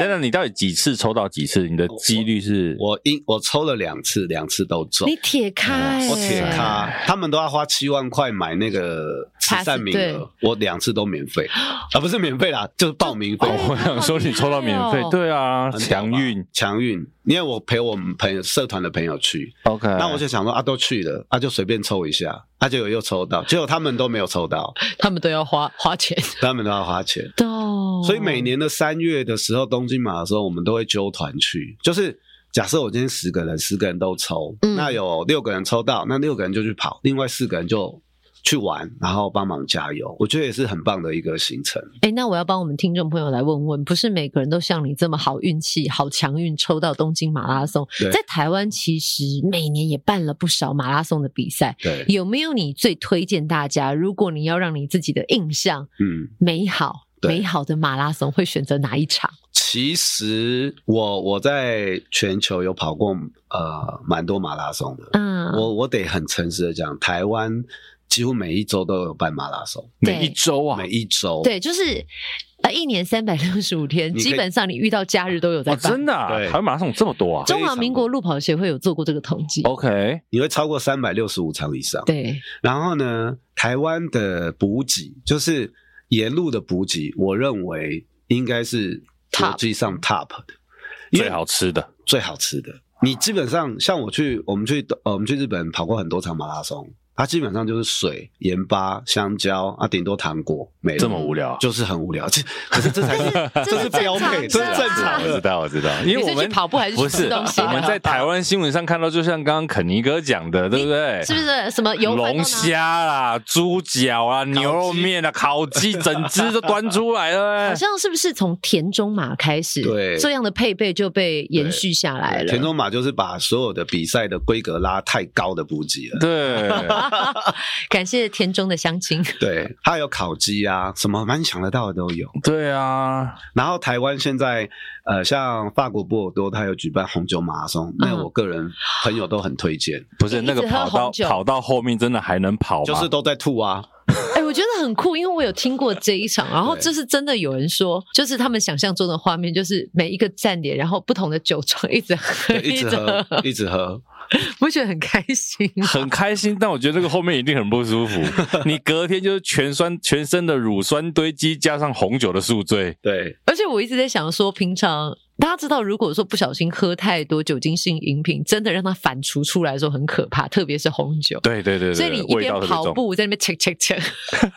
A: 等等，你到底几次抽到几次？你的几率是
B: 我一我抽了两次，两次都中
C: 你，铁咖、欸，
B: 我铁咖，他们都要花七万块买那个慈善
C: Pass，
B: 名
C: 对
B: 额，我两次都免费，啊
A: 哦
B: 不是免费啦，就是报名费，
A: 哦，我想说你抽到免费
C: 哦，
A: 对啊，
B: 很屌吧
A: 强运。
B: 强运，因为我陪我们朋友社团的朋友去，
A: OK，
B: 那我就想说啊，都去了，啊就随便抽一下，啊结果又抽到，结果他们都没有抽到，
D: 他们都要花花钱，
B: 他们都要花钱。
C: 哦，
B: 所以每年的三月的时候，东京马的时候，我们都会揪团去。就是假设我今天十个人，十个人都抽，
C: 嗯
B: 那有六个人抽到，那六个人就去跑，另外四个人就去玩，然后帮忙加油。我觉得也是很棒的一个行程。
C: 哎、那我要帮我们听众朋友来问问，不是每个人都像你这么好运气、好强运抽到东京马拉松。
B: 对
C: 在台湾，其实每年也办了不少马拉松的比赛。
B: 对，
C: 有没有你最推荐大家？如果你要让你自己的印象
B: 嗯，
C: 美好、
B: 对
C: 美好的马拉松，会选择哪一场？
B: 其实我我在全球有跑过呃蛮多马拉松的，
C: 嗯，
B: 我我得很诚实的讲，台湾几乎每一周都有办马拉松，
A: 每一周啊
B: 每，一周
C: 对，就是呃，一年三百六十五天，
B: 你可以
C: 基本上你遇到假日都有在
A: 哦，
C: 办。
A: 真的啊，
B: 对
A: 台湾马拉松这么多啊
B: 这
C: 中华民国路跑协会有做过这个统计。
A: ？OK，
B: 你会超过三百六十五场以上。
C: 对，
B: 然后呢，台湾的补给就是沿路的补给，我认为应该是国际上 top 的，因为
A: 最好吃的
B: 最好吃的。你基本上像我去，我们去呃，我们去日本跑过很多场马拉松，它基本上就是水、盐巴、香蕉啊，顶多糖果，没了
A: 这么无聊啊，
B: 就是很无聊。这可是这才是
C: 但是
B: 这
C: 这是
B: 是标配，
C: 正
B: 这
C: 常的啊
B: 是正常
A: 我知
B: 的。
A: 道，我知道，因为我
C: 你是
A: 们
C: 去跑步还是
A: 不
C: 去
A: 是
C: 吃东西
A: 我
C: 啊？
A: 们在台湾新闻上看到，就像刚刚肯尼哥讲的，对不对？
C: 是不是什么油饭都
A: 龙
C: 拿
A: 虾啦、猪脚啊、牛肉面啊、烤鸡，整只都端出来了、
C: 好
A: 欸。
C: 像是不是从田中马开始，
B: 对
C: 这样的配备就被延续下来了。
B: 田中马就是把所有的比赛的规格拉太高的补给了。
A: 对，
C: 感谢田中的乡
A: (laughs)
C: 亲，
B: 对，它有烤鸡啊，什么蛮想得到的都有。
A: 对啊，
B: 然后台湾现在，呃，像法国波尔多，它有举办红酒马拉松，
C: 嗯
B: 那我个人朋友都很推荐，
A: 不是
C: 你一
A: 那个
C: 直喝
A: 跑到
C: 红酒
A: 跑到后面真的还能
C: 哦
A: 跑吗？
B: 就是都在吐啊，
C: 哎、我觉得很酷，因为我有听过这一场，然后
B: 对
C: 这是真的有人说，就是他们想象中的画面，就是每一个站点，然后不同的酒庄一直喝，
B: 对一直喝， (laughs) 一直喝，
C: 我觉得很开心。
A: 很开心，但我觉得那个后面一定很不舒
B: (laughs)
A: 服。你隔天就是全酸全身的乳酸堆积，加上红酒的宿醉，
B: 对
C: 而且我一直在想说，平常大家知道，如果说不小心喝太多酒精性饮品，真的让它反刍出来的时候很可怕，特别是红酒。
A: 对对对对，
C: 所以你一
A: 味
C: 边
A: 道特别
C: 跑
A: 重。
C: 步在那边切切切，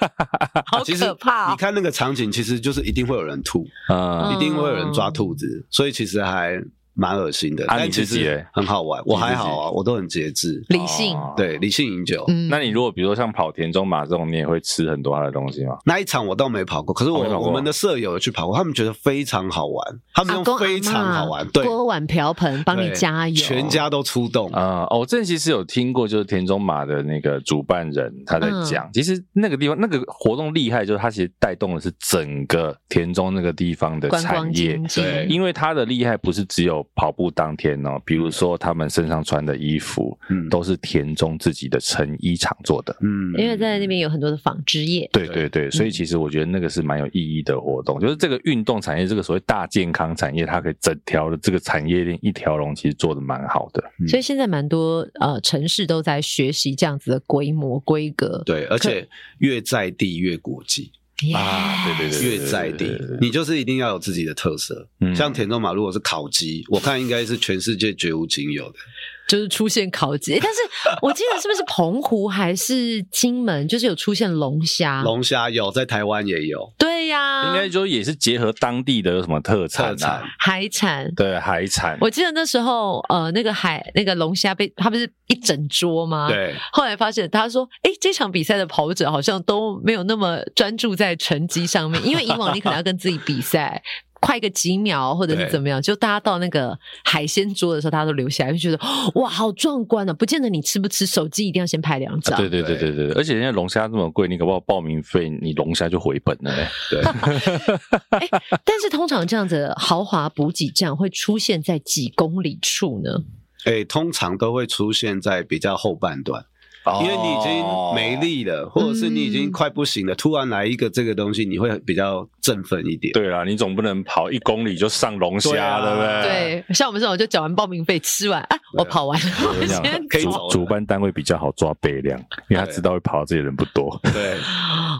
A: (laughs)
C: 好
B: 啊其实
C: 可怕、
B: 你
C: 哦！
B: 看那个场景，其实就是一定会有人吐，
A: 嗯，
B: 一定会有人抓兔子，所以其实还蛮恶心的，
A: 啊
B: 但
A: 你
B: 其
A: 自己
B: 实
A: 欸
B: 很好玩，我还好
A: 你
B: 啊，我都很节制，
C: 理性，
A: 哦。
B: 对，理性饮酒。
C: 嗯，
A: 那你如果比如说像跑田中马这种，你也会吃很多他的东西吗？
B: 那一场我倒没跑过，可是我
A: 哦没跑过
B: 我们的舍友有去跑过，他们觉得非常好玩，他们
C: 阿
B: 用
C: 公
B: 非常好
C: 阿
B: 玩，
C: 嬷
B: 对，
C: 锅碗瓢盆帮你
B: 对
C: 加油，
B: 全家都出动，
A: 啊、哦，我之前其实有听过，就是田中马的那个主办人他在讲，
C: 嗯
A: 其实那个地方那个活动厉害，就是他其实带动的是整个田中那个地方的
C: 观光
A: 产业
C: 经。济，
B: 对
A: 因为他的厉害不是只有跑步当天哦，比如说他们身上穿的衣服
B: 嗯
A: 都是田中自己的成衣厂做的。
B: 嗯，
C: 因为在那边有很多的纺织业。
A: 对对对，所以其实我觉得那个是蛮有意义的活动，就是这个运动产业，这个所谓大健康产业，它可以整条的这个产业链一条龙，其实做的蛮好的。
B: 嗯
C: 所以现在蛮多呃城市都在学习这样子的规模规格，
B: 对，而且越在地越国际，
A: 啊对对对
C: Yes
B: 越在地
A: 对对对，
B: 你就是一定要有自己的特色。
A: 嗯
B: 像田中马如果是烤鸡，我看应该是全世界绝无仅有的。
C: 就是出现烤鸡，诶但是我记得是不是澎湖还是金门，就是有出现龙虾，
B: 龙虾有，在台湾也有
C: 对呀、
A: 应该说也是结合当地的有什么特产
B: 特
A: 啊，
B: 产，
C: 海产。
A: 对海产，
C: 我记得那时候，呃，那个海那个龙虾被他不是一整桌吗？。
B: 对
C: 后来发现，他说：“哎，这场比赛的跑者好像都没有那么专注在成绩上面，因为以往你可能要跟自己比赛，快个几秒或者是怎么样。就大家到那个海鲜桌的时候，大家都留下来，就觉得哇，好壮观啊！不见得你吃不吃，手机一定要先拍两
A: 啊
C: 张。
A: 对对对对对，而且人家龙虾这么贵，你搞不好报名费你龙虾就回本了嘞。
B: 对，
C: 但是通常这样子的豪华补给站会出现在几公里处呢？
B: 哎，通常都会出现在比较后半段，
A: 哦
B: 因为你已经没力了，或者是你已
C: 嗯
B: 经快不行了，突然来一个这个东西，你会比较振奋一点。
A: 对啦，你总不能跑一公里就上龙
B: 对
A: 虾，
B: 啊
A: 对不对？
C: 对，像我们这种就缴完报名费，吃完啊，我跑完了，我
A: 这样
C: (laughs) 先
B: 可以
C: 走
B: 走了
A: 主办单位比较好抓备量，因为他知道会跑到这些人不多。
B: 对，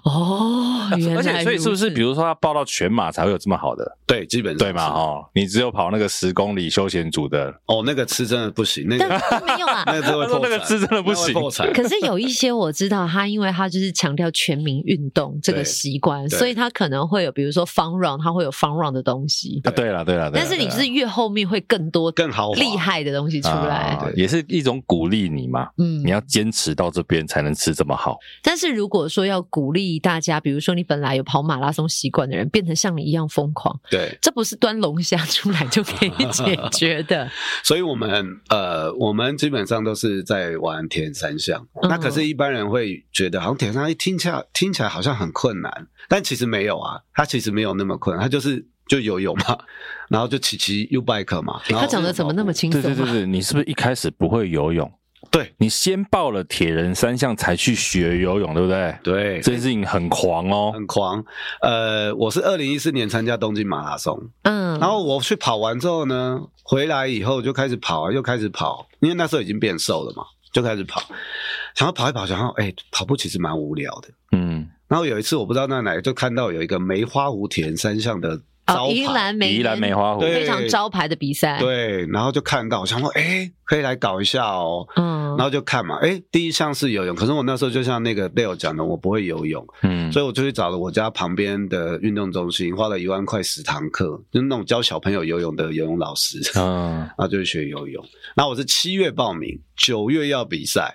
C: 哦，哦，原来
A: 而且所以是不是，比
C: 如
A: 如说他报到全马才会有这么好的，
B: 对，基本上
A: 对嘛？
B: 嘛，
A: 哦，你只有跑那个十公里休闲组的，
B: 哦，那个吃真的不行，那
C: 此？
B: 个
C: 但没
A: (laughs)
C: 有啊，
B: (laughs) 那个真的会
A: 他说
B: 破
A: 那个
B: 产
A: 吃真的不
B: 那会
A: 行
B: 破产。
C: 可是有一些我知道，他因为他就是强调全民运动这个
B: 对
C: 习惯，
B: 对
C: 所以他可能会有，比如说 fun run，他会有 fun run 的东西。
A: 啊，对了对了，对啦
C: 但是你
A: 对啦
C: 是越后面会更多
B: 更豪华
C: 厉害的东西出来
A: 啊。也是一种鼓励你嘛。
C: 嗯
A: 你，要坚持到这边才能吃这么好，
C: 但是如果说要鼓励大家，比如说你本来有跑马拉松习惯的人，变成像你一样疯狂，
B: 对，
C: 这不是端龙虾出来就可以解决的。
B: 所以我们呃，我们基本上都是在玩田三项。
C: 嗯
B: 那可是，一般人会觉得好像田三项一听起来听起来好像很困难，但其实没有啊，它其实没有那么困难，它就是就游泳嘛， (laughs) 然后就骑骑 U bike 嘛。 (laughs) 然后
C: 他讲的怎么那么轻
A: 对
C: 松
A: 对对
C: 啊？
A: 对，你是不是一开始不会游泳？
B: 对
A: 你先报了铁人三项才去学游泳，对不对？
B: 对，
A: 这件事情很狂哦，
B: 很狂。呃，我是二零一四年参加东京马拉松，
C: 嗯，
B: 然后我去跑完之后呢，回来以后就开始跑啊，又开始跑，因为那时候已经变瘦了嘛，就开始跑。想要跑一跑，想要哎、跑步其实蛮无聊的。
A: 嗯，
B: 然后有一次我不知道那哪里就看到有一个梅花湖铁人三项的招
C: 哦，宜
B: 牌，
C: 兰梅
A: 宜兰梅花湖，
B: 对
C: 非常招牌的比赛，，
B: 对，然后就看到，想说哎、可以来搞一下哦。
C: 嗯
B: 然，后就看嘛，哎、第一项是游泳，可是我那时候就像那个 Dale 讲的，我不会游泳，
A: 嗯，
B: 所以我就去找了我家旁边的运动中心，花了一万块十堂课，就是那种教小朋友游泳的游泳老师。
A: 嗯，
B: 然后就去学游泳。然后我是七月报名，九月要比赛，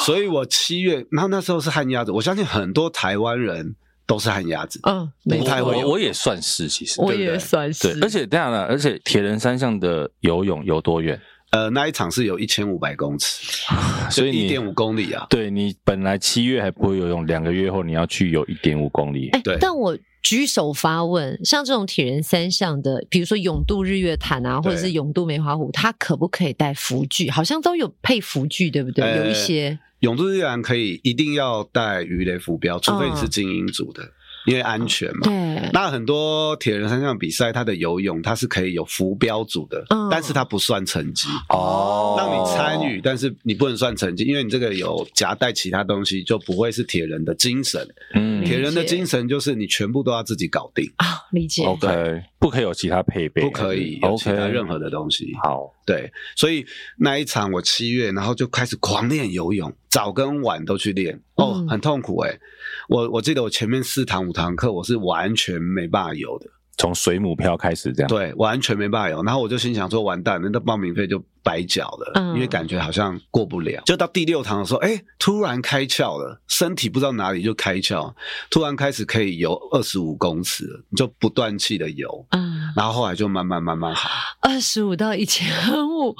B: 所以我七月，然后那时候是旱鸭子，我相信很多台湾人都是旱鸭子，
C: 嗯，没
B: 不太
A: 我
B: 会游
A: 我我也算是，其实
C: 我
B: 对不
C: 也
B: 对
C: 算是
A: 对，，而且这样呢，而且铁人三项的游泳有多远？
B: 呃，那一场是有一千五百公尺，
A: 啊所以
B: 一点
A: 你
B: 五公里啊，
A: 对你本来七月还不会游泳，两个月后你要去游一点五公里，
C: 哎
B: 对，
C: 但我举手发问，像这种铁人三项的，比如说泳渡日月潭啊，或
B: 对
C: 者是泳渡梅花湖，它可不可以带浮具？好像都有配浮具，对不对？
B: 呃
C: 有一些
B: 泳渡日然可以一定要带鱼雷浮标，除非你是精英组的，因为安全嘛。
C: 哦对，
B: 那很多铁人三项比赛，它的游泳它是可以有浮标组的，
C: 嗯
B: 但是它不算成
C: (laughs)
B: 绩。
A: 哦
B: 让你参与，但是你不能算成绩，因为你这个有夹带其他东西，就不会是铁人的精神。
A: 嗯
C: 理解
B: 铁人的精神就是你全部都要自己搞定，
C: 啊，理解。
B: 哦
A: ，OK，不可以有其他配备，
B: 不可以有其
A: ，OK，
B: 他任何的东西。
A: 好，
B: 对，所以那一场我七月，然后就开始狂练游泳，早跟晚都去练，哦
C: 嗯，
B: 很痛苦哎、我我记得我前面四堂五堂课，我是完全没办法游的，
A: 从水母漂开始这样，
B: 对，完全没办法游。然后我就心想说，完蛋了，那报名费就白缴了，
C: 嗯
B: 因为感觉好像过不了。就到第六堂的时候，哎，突然开窍了，身体不知道哪里就开窍，突然开始可以游二十五公尺了，你就不断气的游。
C: 啊，
B: 然后后来就慢慢慢慢好，
C: 二十五到一千
B: (laughs)
C: 五，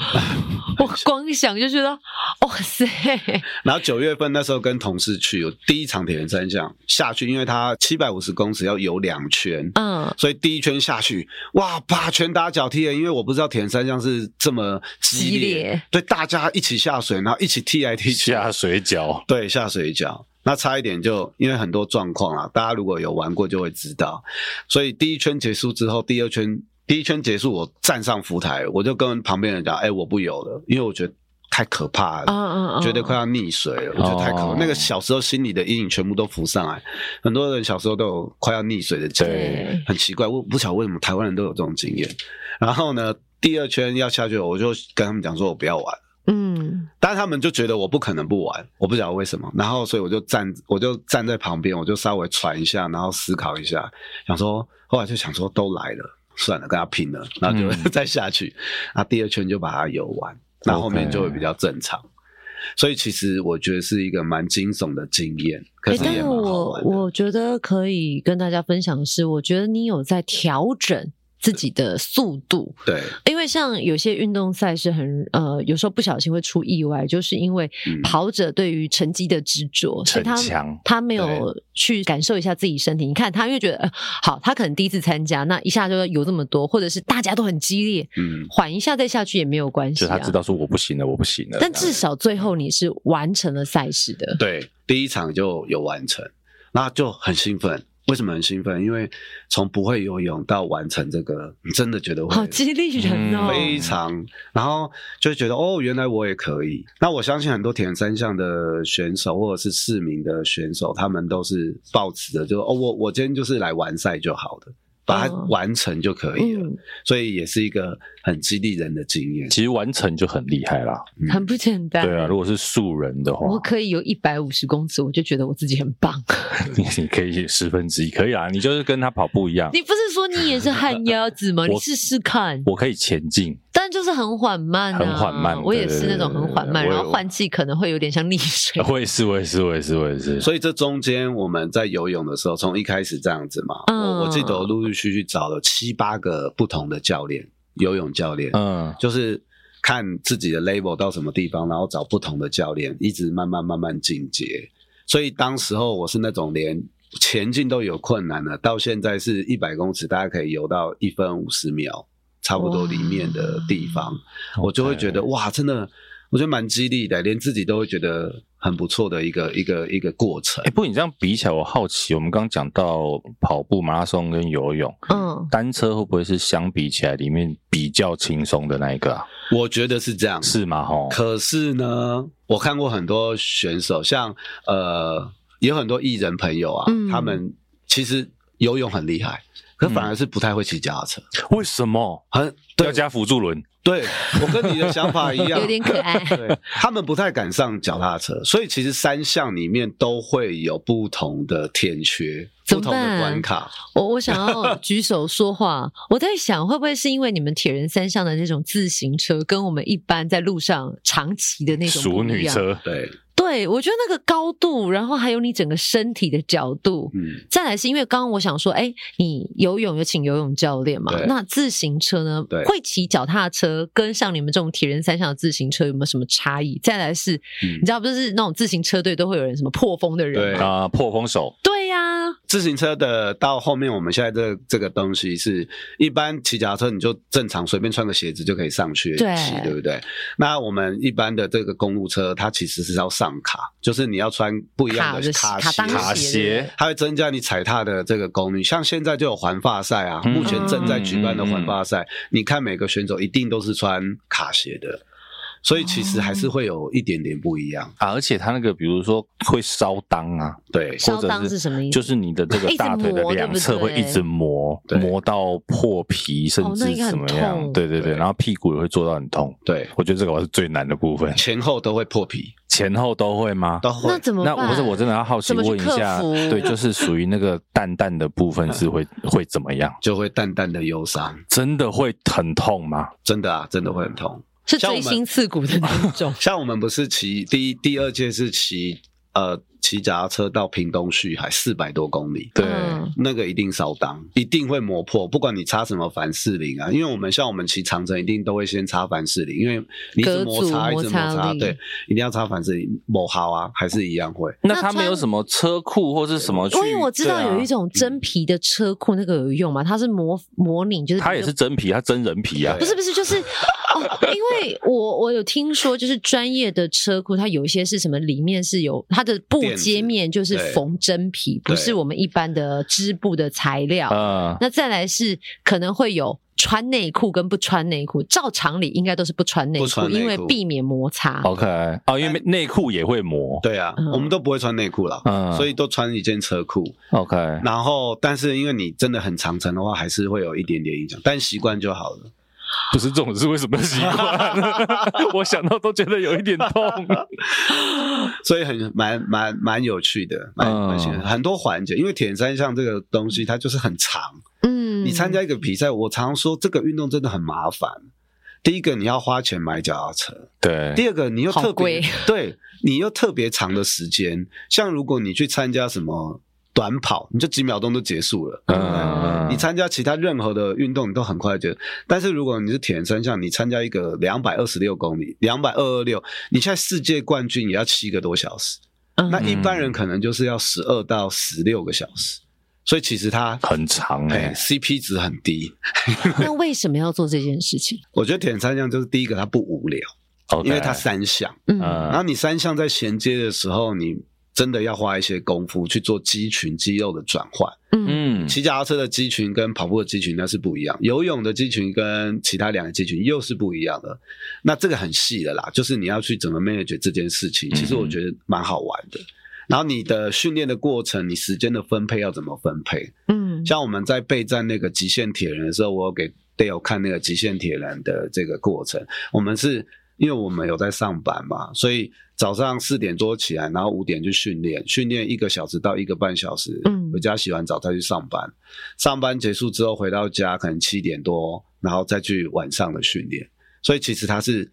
C: 我光想就觉得，哇塞，
B: 然后九月份那时候跟同事去，有第一场铁人三项下去，因为它七百五十公尺要游两圈，
C: 嗯，
B: 所以第一圈下去，哇，把拳打脚踢人，因为我不知道铁人三项是这么激
C: 激烈
B: 对，大家一起下水，然后一起踢来踢去，
A: 下水饺，
B: 对下水饺，那差一点就因为很多状况啊，大家如果有玩过就会知道，所以第一圈结束之后，第二圈第一圈结束，我站上浮台，我就跟旁边人讲，哎、我不游了，因为我觉得太可怕了。
C: 啊啊啊，
B: 觉得快要溺水了，我觉得太可怕。
A: 哦
B: 那个小时候心里的阴影全部都浮上来，很多人小时候都有快要溺水的经验
C: 对，
B: 很奇怪，我不晓得为什么台湾人都有这种经验。然后呢，第二圈要下去，我就跟他们讲说，我不要玩。
C: 嗯，
B: 但是他们就觉得我不可能不玩，我不晓得为什么。然后，所以我就站，我就站在旁边，我就稍微喘一下，然后思考一下，想说，后来就想说，都来了，算了，跟他拼了，然后就、
A: 嗯
B: (laughs) 再下去。那第二圈就把它游完，那后面就会比较正常。所以其实我觉得是一个蛮惊悚的经验，可
C: 哎、
B: 是
C: 但
B: 也
C: 是
B: 蛮好
C: 我
B: 玩的。
C: 我觉得可以跟大家分享的是，我觉得你有在调整自己的速度，
B: 对
C: 因为像有些运动赛事很呃，有时候不小心会出意外，就是因为
B: 嗯
C: 跑者对于成绩的执着，所以他
A: 逞强
C: 他没有去感受一下自己身体。你看他，因为觉得、呃、好，他可能第一次参加，那一下就有这么多，或者是大家都很激烈，
B: 嗯，
C: 缓一下再下去也没有关系
A: 就
C: 啊
A: 他。知道说我不行了，我不行了，
C: 但至少最后你是完成了赛事的，
B: 对，第一场就有完成，那就很兴奋。为什么很兴奋？因为从不会游泳到完成这个，你真的觉得会
C: 好激励
A: 嗯
C: 人哦！
B: 非常，然后就会觉得哦，原来我也可以。那我相信很多铁人三项的选手或者是市民的选手，他们都是抱持着就哦，我我今天就是来完赛就好了，把它
C: 哦
B: 完成就可以了。
C: 嗯，
B: 所以也是一个很激励人的经验。
A: 其实完成就很厉害啦。
B: 嗯
C: 很不简单。
A: 对啊，如果是素人的话，
C: 我可以有一百五十公尺，我就觉得我自己很棒。
A: 你你可以十分之一，可以啊，你就是跟他跑步一样，
C: (laughs) 你不是说你也是旱鸭
A: (laughs)
C: 子吗？你试试看，
A: 我可以前进，
C: 但就是很缓慢、啊，
A: 很缓慢
C: 我也是那种很缓
A: 对对
C: 慢，
A: 对对
C: 然后换气可能会有点像
A: (laughs)
C: 溺水。
A: 我也是，我也是，我也是，我也是。
B: 所以这中间我们在游泳的时候，从一开始这样子嘛，
C: 嗯
B: 我我记得我陆陆续续找了七八个不同的教练，游泳教练，
A: 嗯，
B: 就是看自己的 level 到什么地方，然后找不同的教练，一直慢慢慢慢进阶。所以当时候我是那种连前进都有困难了，到现在是一百公尺，大家可以游到一分五十秒，差不多里面的地方，我就会觉得哇，真的，我觉得蛮激励的，连自己都会觉得很不错的一个一个一个过程
A: 哎、。不过你这样比起来，我好奇，我们刚刚讲到跑步、马拉松跟游泳，
C: 嗯，
A: 单车会不会是相比起来里面比较轻松的那一个啊？
B: 我觉得是这样，
A: 是吗？
C: 哦
A: 吼，
B: 可是呢，我看过很多选手，像呃，也有很多艺人朋友啊，
C: 嗯
B: 他们其实游泳很厉害，可反而是不太会骑脚踏车。
A: 为什么
C: 嗯
B: 很
A: 要
B: 对，
A: 加辅助轮？
B: 对我跟你的想法一
C: (laughs)
B: 样，
C: 有点可爱。
B: 对，他们不太敢上脚踏车，所以其实三项里面都会有不同的天缺，
C: 怎
B: 不
C: 么
B: 同的
C: 办
B: 关卡。
C: 我我想要举手说话，我在想会不会是因为你们铁人三项的那种自行车，跟我们一般在路上长骑的那种
A: 熟
C: 不一
A: 女
C: 样？
A: 车，
B: 对，
C: 对，我觉得那个高度，然后还有你整个身体的角度，
B: 嗯，
C: 再来是因为刚刚我想说，哎、你游泳有请游泳教练嘛？
B: 对
C: 那自行车呢
B: 对？
C: 会骑脚踏车跟像你们这种铁人三项的自行车有没有什么差异？再来是，
B: 嗯
C: 你知道不是那种自行车队都会有人什么破风的人
B: 对
C: 嘛？
A: 啊、破风手，
C: 对呀、
B: 自行车的到后面，我们现在这这个东西是一般骑脚踏车，你就正常随便穿个鞋子就可以上去
C: 对
B: 骑，对不对？那我们一般的这个公路车，它其实是要上卡，就是你要穿不一样
C: 卡
B: 的
C: 的
B: 卡
C: 卡裆
A: 卡
B: 鞋。
A: 鞋，
B: 它会增加你踩踏的这个功率，像现在就有环法赛啊，
A: 嗯
B: 目前正在举办的环法赛，你看每个选手一定都是穿卡鞋的，所以其实还是会有一点点不一样。
A: 啊，而且它那个比如说会烧裆啊，
B: 对，
C: 烧
A: 或者
C: 裆是什么意思哎
A: 就是你的这个
C: 一直
A: 大腿的
C: 磨
A: 两侧
C: 对不
A: 会
C: 对
A: 一直磨，
B: 对
A: 磨到破皮，甚
C: 哦那
A: 至
C: 应该很
A: 怎么样？
C: 痛
A: 对对对，
B: 对
A: 然后屁股也会做到很痛。
B: 对，
A: 我觉得这个我是最难的部分，
B: (laughs) 前后都会破皮，
A: 前后都会吗？
B: 都会
C: 那。怎么
A: 那
C: 办？
A: 我不是我真的要好奇
C: 怎么去
A: 问一下，
C: 克服
A: 对，就是属于那个蛋蛋的部
B: (laughs)
A: 分是会会怎么样？
B: 就会淡淡的忧伤，
A: 真的会很痛吗？
B: 真的啊，真的会很痛。
C: 是
B: 像我
C: 锥
B: 们。
C: 心刺骨的那种
B: 啊像我们不是骑第一第二届是骑呃骑脚踏车到屏东旭海四百多公里，
A: 对，
C: 嗯
B: 那个一定烧裆，一定会磨破，不管你擦什么凡士林啊，因为我们像我们骑长城一定都会先擦凡士林，因为你一直摩擦一
C: 隔
B: 直
C: 阻摩
B: 摩
C: 擦
B: 擦，
C: 力
B: 对，一定要擦凡士林，抹好啊，还是一样会。
A: 那
C: 那
A: 他没有
C: 穿
A: 什么车库或是什么去？
C: 因为我知道
A: 对啊
C: 有一
B: 嗯
C: 种真皮的车库，那个有用嘛？它是模模拟，就是
A: 它也是真皮，它真人皮啊
C: 不。是不是，就是哦，因为我我有听说，就是专业的车库，它有一些是什么，里面是有它的布
B: 垫子
C: 接面就是
B: 对
C: 缝真皮，
B: 对啊
C: 不是我们一般的织布的材料。
A: 呃，
C: 那再来是可能会有穿内裤跟不穿内裤，照常理应该都是不穿内
B: 不
C: 裤，
B: 穿内裤
C: 因为避免摩擦。
A: OK，哦，因为内裤也会磨。
B: 对啊，
C: 嗯
B: 我们都不会穿内裤了，
A: 嗯
B: 所以都穿一件车裤。
A: OK，
B: 然后，但是因为你真的很长程的话，还是会有一点点影响，但习惯就好了。
A: 不是这种是为什么习惯？ (laughs) 我想到都觉得有一点
B: (laughs)
A: 痛。
B: 所以很蛮蛮蛮有趣的，蛮
A: 嗯
B: 蛮、的，很多环节，因为铁人三项这个东西它就是很长。
C: 嗯
B: 你参加一个比赛，我常说这个运动真的很麻烦。第一个你要花钱买脚踏车，
A: 对，
B: 第二个你又特
C: 好
B: 别
C: 贵
B: 对，你又特别长的时间。像如果你去参加什么短跑，你就几秒钟就结束了。
A: 嗯，
B: 你参加其他任何的运动，你都很快就。但是如果你是铁人三项，你参加一个两百二十六公里、两百二二六，你现在世界冠军也要七个多小时，
C: 嗯
B: 那一般人可能就是要十二到十六个小时，所以其实它
A: 很长哎、
B: 哎 CP 值很低。
C: 那为什么要做这件事情？
B: 我觉得铁人三项就是第一个，它不无聊，
A: OK，
B: 因为它三项，
C: 嗯
A: 嗯
B: 然后你三项在衔接的时候，你真的要花一些功夫去做肌群肌肉的转换。
C: 嗯
A: 嗯，
B: 骑脚踏车的肌群跟跑步的肌群那是不一样，游泳的肌群跟其他两个肌群又是不一样的。那这个很细的啦，就是你要去怎么 manage 这件事情，其实我觉得蛮好玩的。然后你的训练的过程，你时间的分配要怎么分配？
C: 嗯，
B: 像我们在备战那个极限铁人的时候，我有给 Dale 看那个极限铁人的这个过程。我们是因为我们有在上班嘛，所以早上四点多起来，然后五点去训练，训练一个小时到一个半小时，
C: 嗯
B: 回家洗完澡再去上班。上班结束之后回到家，可能七点多，然后再去晚上的训练。所以其实它是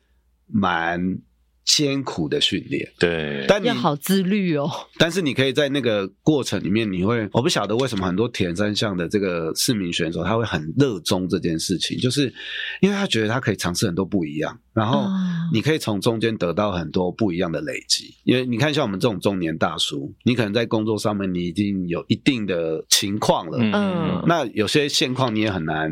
B: 蛮艰苦的训练，
A: 对，
B: 但你
C: 嗯要好自律哦。
B: 但是你可以在那个过程里面，你会我不晓得为什么很多铁人三项的这个市民选手他会很热衷这件事情，就是因为他觉得他可以尝试很多不一样，然后
C: 啊
B: 你可以从中间得到很多不一样的累积。因为你看像我们这种中年大叔，你可能在工作上面你已经有一定的情况了，
C: 嗯
B: 那有些现况你也很难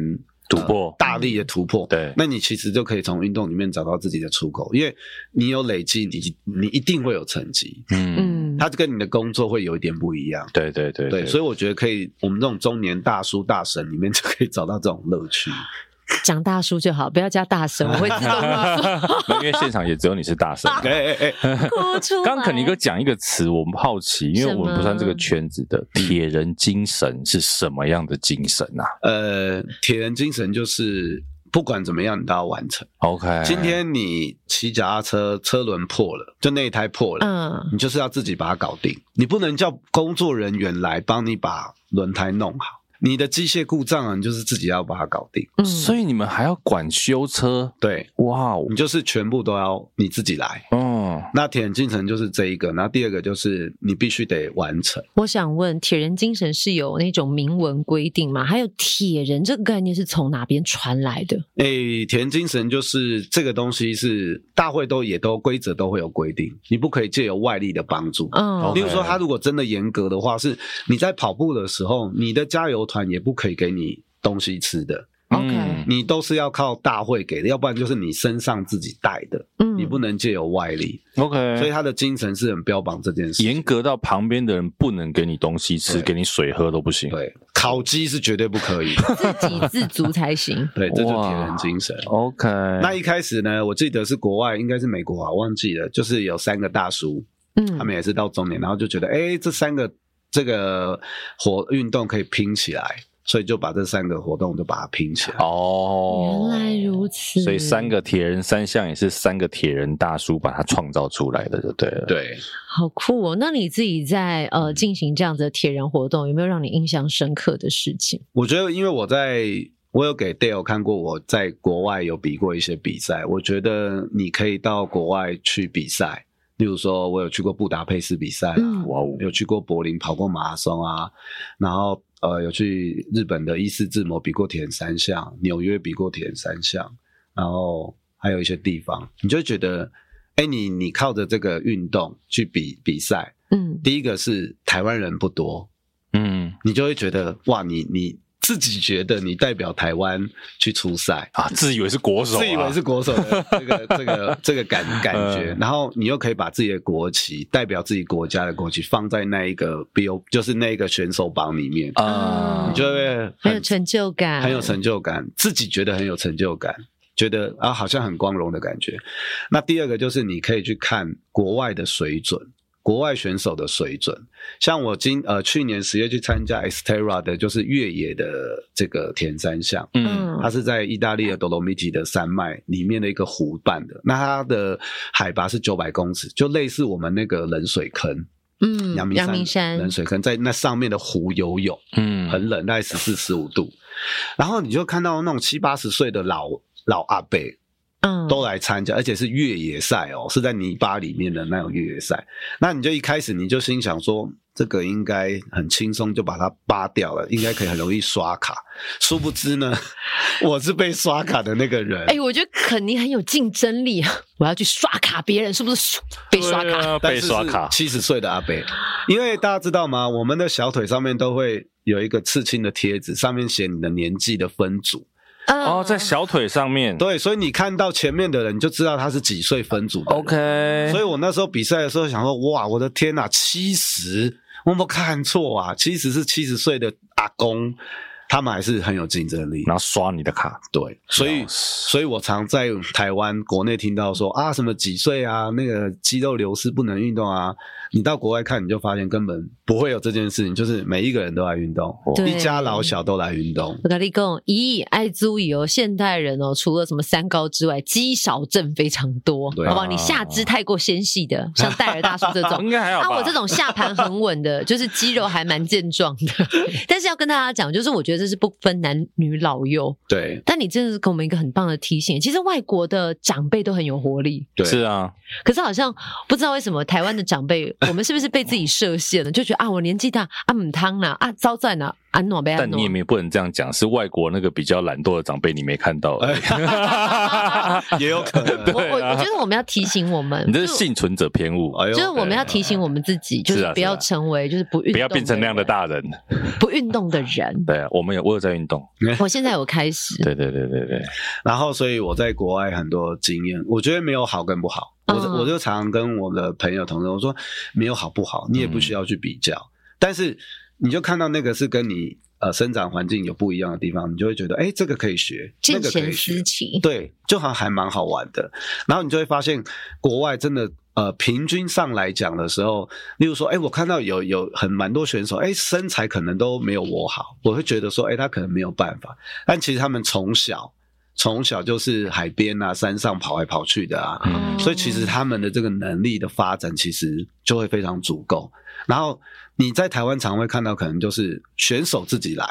A: 突破
B: 大力的突破。
A: 对
B: 那你其实就可以从运动里面找到自己的出口，因为你有累积，你你一定会有成绩。
A: 嗯，
C: 嗯，
B: 它跟你的工作会有一点不一样。
A: 对对对
B: 对，
A: (laughs)
B: 所以我觉得可以，我们这种中年大叔大神里面就可以找到这种乐趣。
C: 讲大叔就好，不要加大神，我会自
B: (laughs)
C: 动发出
A: 没有因为现场也只有你是大神。
B: 哎哎哎，
C: 哭出来。
A: 刚刚肯尼哥讲一个词，我们好奇，因为我们不算这个圈子的，
B: 嗯
A: 铁人精神是什么样的精神啊
B: 呃，铁人精神就是不管怎么样，你都要完成。
A: ？OK，
B: 今天你骑脚踏车，车轮破了，就那一胎破了，
C: 嗯
B: 你就是要自己把它搞定，你不能叫工作人员来帮你把轮胎弄好。你的机械故障啊，你就是自己要把它搞定。
C: 嗯，
A: 所以你们还要管修车，
B: 对，
A: 哇哦，
B: 你就是全部都要你自己来。
A: 嗯，
B: 那铁人精神就是这一个，然后第二个就是你必须得完成。
C: 我想问，铁人精神是有那种明文规定吗？还有铁人这个概念是从哪边传来的？
B: 诶，田精神就是这个东西是大会都也都规则都会有规定，你不可以借由外力的帮助。
C: 嗯
B: 例
A: 哦 OK
B: 如说，他如果真的严格的话，是你在跑步的时候，你的加油团也不可以给你东西吃的，
A: 嗯
B: 你都是要靠大会给的，要不然就是你身上自己带的，
C: 嗯，
B: 你不能借由外力。
A: ，OK，
B: 所以他的精神是很标榜这件事。
A: 嗯严格到旁边的人不能给你东西吃，
B: 对
A: 给你水喝都不行。
B: 对，烤鸡是绝对不可以的。。
C: 自给自足才行
B: 对，这就是铁
A: 哇
B: 人精神。
A: ，OK，
C: 哎
B: 那一开始呢，我记得是国外，应该是美国啊，忘记了，就是有三个大叔， (laughs) 他
C: 嗯
B: 们也是到中年，然后就觉得，哎、这三个这个活运动可以拼起来，所以就把这三个活动就把它拼起来。
A: 哦，
C: 原来如此
A: 所以三个铁人三项也是三个铁人大叔把它创造出来的，就对了。，
B: 对，
C: 好酷哦！那你自己在呃进行这样子的铁人活动，有没有让你印象深刻的事情？
B: 我觉得因为我在。我有给 Dale 看过，我在国外有比过一些比赛。我觉得你可以到国外去比赛，例如说，我有去过布达佩斯比赛啊，
C: 嗯
A: 哇哦，
B: 有去过柏林跑过马拉松啊，然后呃有去日本的伊势志摩比过铁人三项，纽约比过铁人三项，然后还有一些地方，你就会觉得，哎，你你靠着这个运动去比比赛，
C: 嗯，
B: 第一个是台湾人不多，
A: 嗯
B: 你就会觉得哇，你你自己觉得你代表台湾去出赛，
A: 啊，自以为是国手、啊，
B: 自以为是国手的这
A: (laughs)
B: 个这个这个感感觉
A: 嗯，
B: 然后你又可以把自己的国旗代表自己国家的国旗放在那一个 B O 就是那一个选手榜里面，
A: 啊
B: 你嗯就会
C: 很有
B: 很
C: 成就感，
B: 很有成就感，自己觉得很有成就感，觉得啊好像很光荣的感觉。那第二个就是你可以去看国外的水准。国外选手的水准，像我今呃去年十月去参加 Xterra 的，就是越野的这个田三项，
A: 嗯
C: 嗯
B: 它是在意大利的 Dolomiti 的山脉里面的一个湖办的，那它的海拔是九百公尺，就类似我们那个冷水坑，
C: 嗯，
B: 阳明
C: 阳
B: 山
C: 明山
B: 冷水坑，在那上面的湖游泳，
A: 嗯
B: 很冷，大概十四十五度，然后你就看到那种七八十岁的老老阿伯
C: 嗯
B: 都来参加，而且是越野赛哦，是在泥巴里面的那种越野赛，那你就一开始你就心想说。这个应该很轻松就把它扒掉了，应该可以很容易刷卡。殊不知呢， (laughs) 我是被刷卡的那个人。
C: 哎、我觉得肯尼很有竞争力啊！ (laughs) 我要去刷卡别人，是不是
A: 啊
C: 被刷卡？
B: 啊
A: 卡，被刷卡，
B: 七十岁的阿伯，因为大家知道吗？我们的小腿上面都会有一个刺青的贴纸，上面写你的年纪的分组。
A: 哦，
C: 嗯
A: 在小腿上面。
B: 嗯对，所以你看到前面的人，你就知道他是几岁分组的人。
A: OK，
B: 所以我那时候比赛的时候想说，哇，我的天呐、七十，我有没有看错啊？七十是七十岁的阿公，他们还是很有竞争力。
A: 然后刷你的卡，
B: 对，所以，所以我常在台湾国内听到说啊，什么几岁啊，那个肌肉流失不能运动啊。你到国外看，你就发现根本不会有这件事情，就是每一个人都来运动，
C: 对
B: 一家老小都来运动。
C: 我跟你讲，咦，爱足以哦，现代人哦，除了什么三高之外，肌少症非常多，
B: 对啊
C: 好不好？你下肢太过纤细的，像戴尔大叔这
A: (laughs)
C: 种。
A: 应该还好
C: 啊，
A: 吧？
C: 我这种下盘很稳的，就是肌肉还蛮健壮的。 (laughs) 但是要跟大家讲，就是我觉得这是不分男女老幼。
B: 对
C: 但你真的是给我们一个很棒的提醒。其实外国的长辈都很有活力，
B: 对，
A: 是啊，
C: 可是好像不知道为什么台湾的长辈，我们是不是被自己设限了？就觉得啊，我年纪大啊，母汤啦啊，糟在哪啊，暖呗啊
A: 但你也
C: 暖。
A: 没不能这样讲，是外国那个比较懒惰的长辈，你没看到而已。
C: (laughs)
B: 也有可能。
C: 我我我觉得我们要提醒我
A: (laughs)
C: 们，
A: 啊你这
C: 就是
A: 幸存者偏误，
B: 哎呦
C: 就是我们要提醒我们自己，就是是
A: 啊
C: 不要成为就是不运动的人
A: 不要变成那样的大人。
C: 不运动的人。
A: 对啊，我们有我有在运动。
C: 我现在有开始，
A: 对对对对对，
B: 然后，所以我在国外很多经验，我觉得没有好跟不好。我
C: 嗯
B: 我就常跟我的朋友同事我说，没有好不好，你也不需要去比较。但是你就看到那个是跟你呃生长环境有不一样的地方，你就会觉得，哎，这个可以学， (laughs) 那
C: 见
B: 个可以
C: 贤
B: 学
C: 思，齐。
B: 对，就好像还蛮好玩的。然后你就会发现，国外真的呃，平均上来讲的时候，例如说，哎、我看到有有很蛮多选手，哎、身材可能都没有我好，我会觉得说，哎、他可能没有办法。但其实他们从小从小就是海边啊、山上跑来跑去的啊，
A: 嗯
C: 哦
B: 所以其实他们的这个能力的发展，其实就会非常足够。然后你在台湾常会看到，可能就是选手自己来，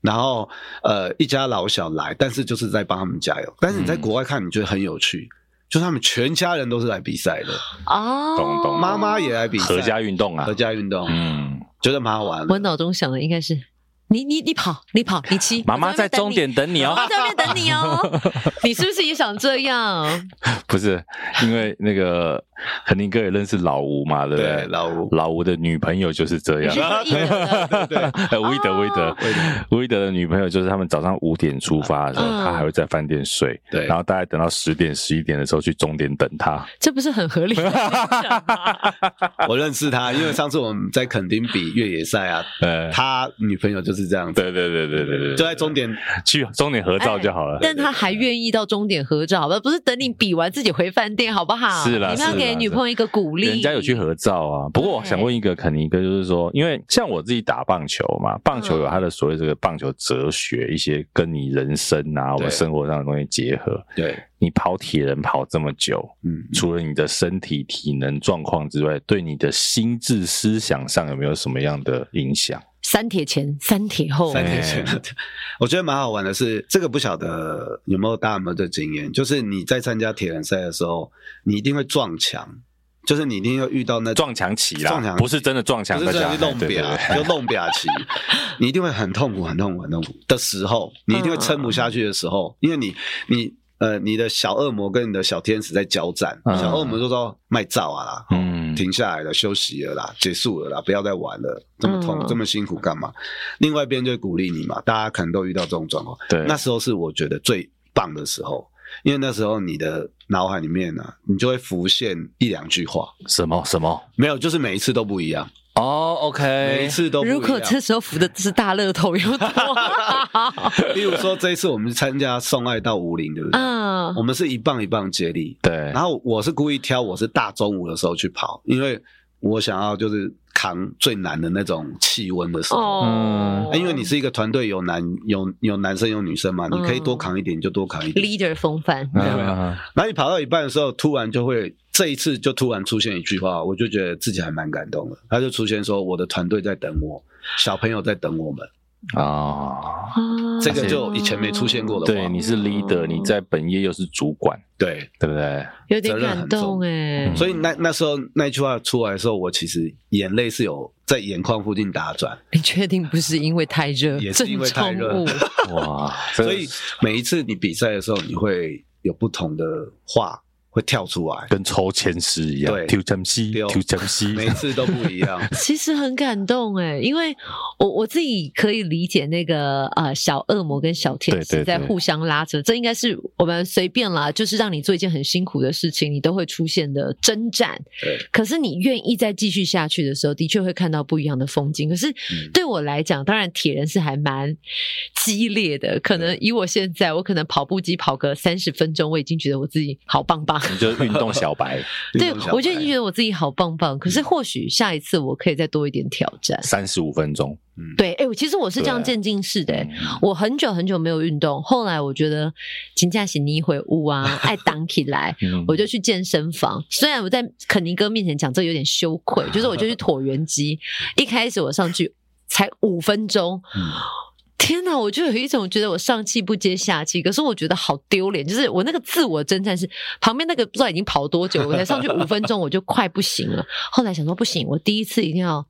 B: 然后呃一家老小来，但是就是在帮他们加油。但是
A: 嗯
B: 你在国外看，你觉得很有趣，就是他们全家人都是来比赛的，
C: 哦，
A: 懂懂
B: 妈妈也来比赛，
A: 合家运动啊
B: 合，家运动，
A: 嗯，
B: 觉得蛮好玩
C: 我
B: 的。
C: 脑中想的应该是你你你跑你跑你骑，
A: 妈妈
C: 我外
A: 在
C: 面等
A: 终点等你
C: 你，
A: 哦
C: 妈。妈在外面等你哦。你是不是也想这样？
A: (laughs) 不是，因为那个恒宁哥也认识老吴嘛，对不
B: 对
A: 对，？
B: 老吴，
A: 老吴的女朋友就是这
C: 你
A: 样
C: 是。说艺人啊
B: (laughs)
C: 的
B: 对对，
A: 呃， (laughs) 吴一德，吴一德
C: 哦，
A: 吴一德的女朋友就是他们早上五点出发的时候，
C: 嗯
A: 他还会在饭店睡，
B: 对
A: 然后大概等到十点、十一点的时候去终点等他。
C: 这不是很合理的精神吗？
B: 我认识他，因为上次我们在垦丁比越野赛啊，
A: 呃，
B: 他女朋友就是这样子，
A: 对对对对对对，
B: 就在终点
A: 去终点合照就好了。
C: 哎但他还愿意到终点合照，好吧？不是等你比完自己回饭店，好不好？
A: 是啦
C: 你们要
A: 是啦
C: 给女朋友一个鼓励。
A: 人家有去合照啊。不过我想问一个肯尼哥，就是说，因为像我自己打棒球嘛，棒球有它的所谓这个棒球哲学，一些跟你人生啊、我们生活上的东西结合。
B: 对，
A: 你跑铁人跑这么久，
B: 嗯，
A: 除了你的身体体能状况之外，对你的心智思想上有没有什么样的影响？
C: 三铁前，三铁后，
B: 三年前的。 (laughs) 我觉得蛮好玩的是，这个不晓得有没有大家有没有这经验，就是你在参加铁人赛的时候，你一定会撞墙，就是你一定会遇到那种
A: 撞墙期
B: 撞
A: 啦
B: 墙，期
A: 不是真的撞墙，
B: 不是
A: 大家
B: 真的弄啊
A: 对对
B: 表
A: 对，
B: 就弄表
A: (laughs)
B: 期，你一定会很痛苦、很痛苦、很痛苦的时候，你一定会撑不下去的时候，
A: 嗯
B: 因为你你。呃，你的小恶魔跟你的小天使在交战，
A: 嗯
B: 小恶魔就说卖照啊啦，
A: 嗯，
B: 停下来了，休息了啦，结束了啦，不要再玩了，这么痛、
C: 嗯
B: 这么辛苦干嘛？另外一边就会鼓励你嘛，大家可能都遇到这种状况，
A: 对，
B: 那时候是我觉得最棒的时候，因为那时候你的脑海里面呢、啊，你就会浮现一两句话，
A: 什么什么？
B: 没有，就是每一次都不一样，
A: 哦
B: 每一
A: ，OK，
B: 次都不一样。
C: 如果这时候扶的是大乐透，
A: (laughs)
C: 有多好？
B: 例如说这一次我们参加送爱到五林，对不对？
C: 嗯
B: 我，们是一棒一棒接力，
A: 啊对
B: 然，后我是故意挑我是大中午的时候去跑，因为我想要就是扛最难的那种气温的时候。
A: 嗯
C: 哦，
B: 嗯因为你是一个团队，有男有有男生有女生嘛，你可以
C: 嗯
B: 多扛一点就多扛一点。
C: leader 风范，
B: 没有没有
A: 嗯
B: 然后你跑到一半的时候，突然就会这一次就突然出现一句话，我就觉得自己还蛮感动的。他就出现说：“我的团队在等我，小朋友在等我们。
A: 啊，
C: 啊
B: 嗯这个就以前没出现过的
A: 对，你是 leader，你在本业又是主管，”
B: 对，
A: 对不对？
C: 有点
B: 责任
C: 感
B: 很
C: 动
B: 重
C: 哎
A: 嗯。
B: 所以那那时候那句话出来的时候，我其实眼泪是有在眼眶附近打转，
C: (laughs) 你确定不是因为太热？
B: 也是因为太热 (laughs)
C: 正中午
A: (laughs) 哇，
B: 所以每一次你比赛的时候，你会有不同的话会跳出来，
A: 跟抽签师一样
B: 对，
A: 抽签师，
B: 对
A: 抽签 (laughs) 师，
B: 每次都不一
C: (laughs)
B: 样。
C: 其实很感动哎，因为我我自己可以理解那个呃小恶魔跟小天
A: 对
C: 使
A: 对对
C: 在互相拉扯，这应该是我们随便啦，就是让你做一件很辛苦的事情，你都会出现的征战。
B: 对，
C: 可是你愿意再继续下去的时候，的确会看到不一样的风景。可是
B: 嗯
C: 对我来讲，当然铁人是还蛮激烈的，可能以我现在，我可能跑步机跑个三十分钟，我已经觉得我自己好棒棒。
A: 你就是运动小白，
C: 对
B: 运动小，
C: 我就已
B: 白
C: 经觉得我自己好棒棒。
A: 嗯
C: 可是或许下一次我可以再多一点挑战。
A: 三十五分钟。
B: 嗯
C: 对，哎、我其实我是这样
A: 对
C: 渐进式的、欸
A: 嗯
C: 我很久很久没有运动，后来我觉得金价是你回屋啊，爱挡起来，
A: 嗯
C: 我就去健身房。虽然我在肯尼哥面前讲这个有点羞愧，就是我就去椭圆机，一开始我上去才五分钟。天哪，我就有一种觉得我上气不接下气，可是我觉得好丢脸，就是我那个自我征战是旁边那个不知道已经跑多久，我才上去五分钟，我就快不行了。后来想说不行，我第一次一定要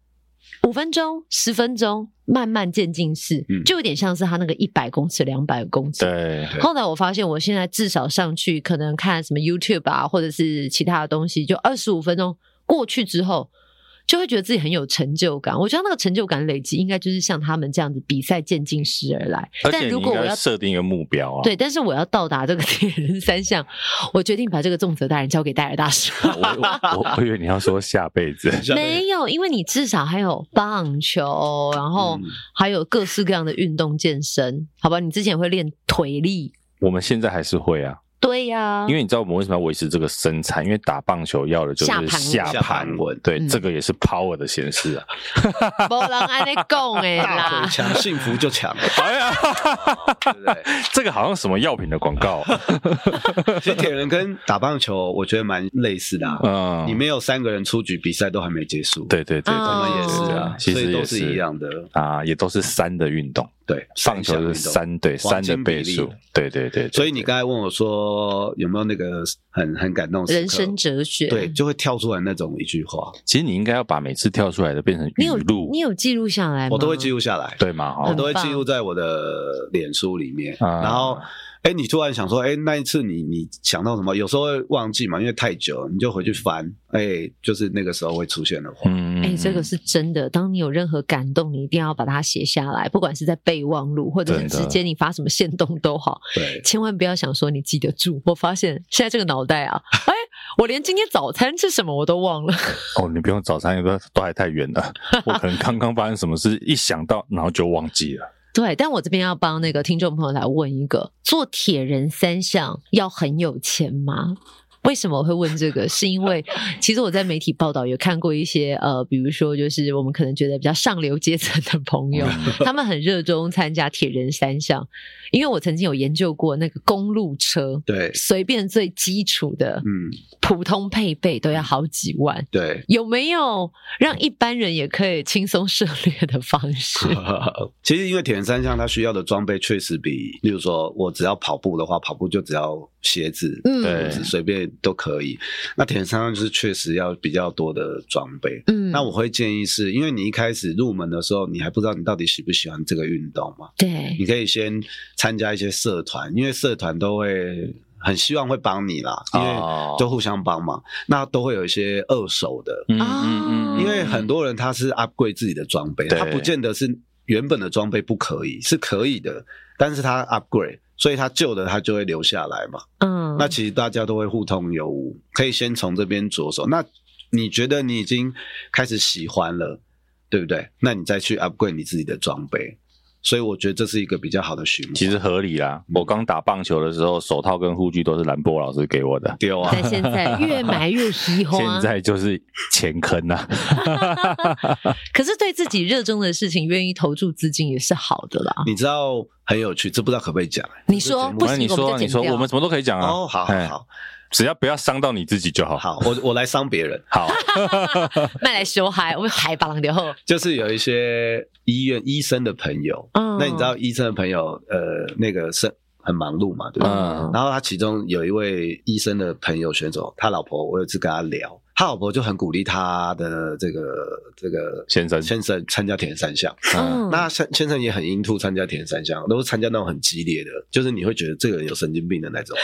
C: 五分钟、十分钟，慢慢渐进式，
B: 嗯
C: 就有点像是他那个一百公尺、两百公尺。
A: 对，
B: 对
C: 后来我发现，我现在至少上去可能看什么 YouTube 啊，或者是其他的东西，就二十五分钟过去之后，就会觉得自己很有成就感。我觉得那个成就感累积，应该就是像他们这样子比赛渐进式而来。
A: 而且
C: 但
A: 你
C: 如果
A: 应
C: 我
A: 该
C: 要
A: 设定一个目标啊。
C: 对，但是我要到达这个铁人三项，我决定把这个重责大人交给戴尔
A: (laughs)
C: 大叔。
A: 我，我我我以为你要说下辈
C: (laughs)
A: 子，
B: 下辈子
C: 没有，因为你至少还有棒球，然后
B: 嗯
C: 还有各式各样的运动健身，好吧？你之前会练腿力，
A: 我们现在还是会啊，
C: 对呀、
A: 因为你知道我们为什么要维持这个身材？因为打棒球要的就
C: 下盘
A: 是
C: 稳
A: 下
B: 下盘
A: 盘
B: 稳
A: 对，
C: 嗯
A: 这个也是 power 的显示啊。
C: 波浪爱在供哎
B: (laughs)
A: (laughs)
B: 大腿
C: 啦，
B: 强，幸福就强，
A: 哎呀，
B: 对不对？
A: (laughs) 这个好像什么药品的广告，啊
B: (laughs) 其实铁人跟打棒球，我觉得蛮类似的、啊。
A: 嗯，
B: 你没有三个人出局，比赛都还没结束。，
A: 对对对对，
B: 我
C: 哦
B: 们也是啊，
A: 其
B: 所
A: 实
B: 以
A: 也
B: 都是一样的。
A: 啊，也都是三的运动，
B: 对，
A: 棒球是三对
B: 黄
A: 三
B: 金
A: 的倍
B: 比例
A: 数，对对对，对
B: 所以你刚才问我说有没有那个很很感动的时刻
C: 人生哲学。
B: 对，，就会跳出来那种一句话，
A: 其实你应该要把每次跳出来的变成
C: 你
A: 语
C: 有
A: 录
C: 你，有记录下来吗？
B: 我都会记录下来，
A: 对吗？哦
B: 我
C: 嗯，
B: 都会
C: 很棒
B: 记录在我的脸书里面。
A: 啊
B: 然后，哎，你突然想说，哎，那一次你你想到什么？有时候会忘记嘛，因为太久了，你就回去翻，哎，就是那个时候会出现的话。
A: 嗯，
C: 哎、这个
A: 嗯
C: 是真的。当你有任何感动，你一定要把它写下来，不管是在备忘录，或者
A: 真
C: 是
A: 的
C: 直接你发什么线动都好，
B: 对，
C: 千万不要想说你记得住。我发现现在这个脑袋啊， (laughs) 哎、我连今天早餐吃什么我都忘了。
A: 哦，你不用早餐，都都还太远了。 (laughs) 我可能刚刚发生什么事，一想到然后就忘记了。
C: 对，但我这边要帮那个听众朋友来问一个：做铁人三项要很有钱吗？为什么我会问这个？是因为其实我在媒体报道有看过一些呃，比如说就是我们可能觉得比较上流阶层的朋
A: 嗯
C: 友，
A: 哦
C: 他们很热衷参加铁人三项，因为我曾经有研究过那个公路车，
B: 对，
C: 随便最基础的
B: 嗯，
C: 普通配备都要好几万，
B: 对。 (laughs)
C: 有没有让一般人也可以轻松涉猎的方
B: (laughs)
C: 式？
B: 其实因为铁人三项它需要的装备确实比，例如说我只要跑步的话，跑步就只要鞋子，
C: 嗯
A: 对
B: 随便都可以。那铁人三项就是确实要比较多的装备。
C: 嗯，
B: 那我会建议是，因为你一开始入门的时候，你还不知道你到底喜不喜欢这个运动嘛，
C: 对
B: 你可以先参加一些社团，因为社团都会很希望会帮你啦，因
A: 哦
B: 为都互相帮忙，那都会有一些二手的，
A: 嗯
C: 哦
B: 因为很多人他是 upgrade 自己的装备，
A: 对
B: 他不见得是原本的装备不可以，是可以的，但是他 upgrade，所以他旧的他就会留下来嘛。
C: 嗯，
B: 那其实大家都会互通有无，可以先从这边着手。那你觉得你已经开始喜欢了，对不对？那你再去 upgrade 你自己的装备，所以我觉得这是一个比较好的循环。
A: 其实合理
B: 嗯
A: 啦。我刚打棒球的时候，手套跟护具都是兰波老师给我的。
B: 丢啊
C: (laughs) 但，现在越买越喜欢。
A: 现在就是钱坑啊，
C: 可是对自己热衷的事情，愿意投注资金也是好的啦。
B: (laughs) 你知道很有趣，这不知道可不可以讲、
C: 你说不
A: 那
C: 行，
A: 你
C: 我
A: 说，
C: 们就
A: 你
C: 剪
A: 说，
C: 掉。
A: 我们什么都可以讲啊。
B: 哦，好好
A: 哎，
B: 好
A: 只要不要伤到你自己就好。
B: 好，我我来伤别人。
A: 好，
C: 卖来修海，我们海把浪流后。
B: 就是有一些医院医生的朋友，
C: 嗯
B: 那你知道医生的朋友，呃，那个是很忙碌嘛，对吧？
A: 嗯
B: 然后他其中有一位医生的朋友选手，他老婆，我有一次跟他聊，他老婆就很鼓励他的这个这个
A: 先生
B: 先生参加铁人三项。
C: 嗯，
B: 那先先生也很 into 参加铁人三项，都是参加那种很激烈的，就是你会觉得这个人有神经病的那
C: (laughs)
B: 种，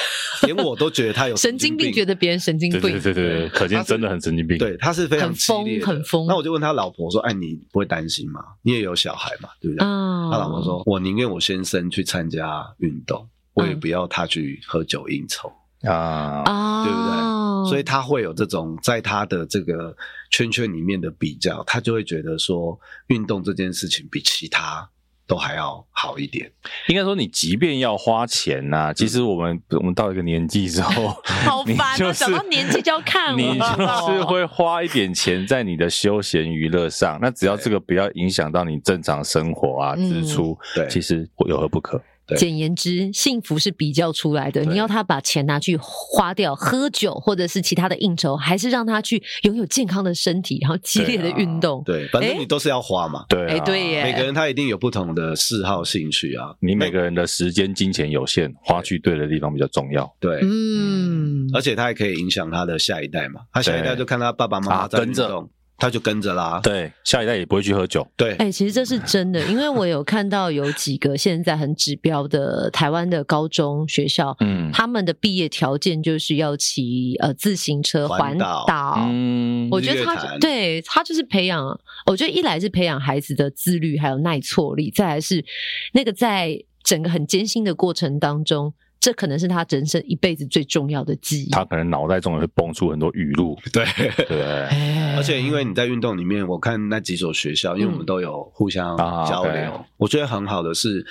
B: 连我都觉得他有
C: 神经
B: 经
C: 病觉得别人神经
A: 对
C: 病，
A: 对对对对，可见真的很神经病。
B: 啊对，他是非常
C: 很
B: 激
C: 疯
B: 烈的
C: 很疯
B: 那我就问他老婆说：“哎，你不会担心吗？你也有小孩嘛，对不对？”
C: 啊
B: 他老婆说：“我宁愿我先生去参加运动，我
C: 嗯
B: 也不要他去喝酒应酬。
A: 啊，
C: 啊，
B: 对不所以他会有这种在他的这个圈圈里面的比较，他就会觉得说运动这件事情比其他都还要好一点。
A: 应该说你即便要花钱呐、其实我们我们到一个年纪之后，
C: 好
A: 你
C: 烦
A: 就
C: 哦，
A: 是
C: 想到年纪就要看
A: 你就
C: 我
A: 是会花一点钱在你的休闲娱乐上，那只要这个不要影响到你正常生活啊
C: 嗯
A: 支出，
B: 对
A: 其实我有何不可？
B: 对
C: 简言之，幸福是比较出来的。
B: 对
C: 你要他把钱拿去花掉、喝酒，或者是其他的应酬，还是让他去拥有健康的身体，然后激烈的运动？
B: 对，反正
C: 诶
B: 你都是要花嘛。
A: 对、啊，
D: 哎，对耶，
B: 每个人他一定有不同的嗜好、兴趣啊。
A: 你每个人的时间、金钱有限，花去对的地方比较重要
B: 对，
D: 嗯，
B: 而且他还可以影响他的下一代嘛。他下一代
A: 对
B: 就看他爸爸妈妈
A: 啊
B: 在运
A: 跟着
B: 动，他就跟着啦。
A: 对，下一代也不会去喝酒。
B: 对
C: 哎、其实这是真的，因为我有看到有几个现在很指标的台湾的高中学校，
A: 嗯
C: 他们的毕业条件就是要骑呃自行车
B: 环
C: 环
B: 岛
C: 岛。
A: 嗯，
C: 我觉得
B: 日月
C: 他
B: 潭
C: 对他就是培养，我觉得一来是培养孩子的自律还有耐挫力，再来是那个在整个很艰辛的过程当中，这可能是他人生一辈子最重要的记忆。
A: 他可能脑袋中也会蹦出很多语录，
B: 对。
A: (laughs) 对不对？
D: 哎
B: 而且因为你在运动里面，我看那几所学校，因为我们都有互相
A: 啊
B: 交
A: ，OK
B: 流，我觉得很好的是，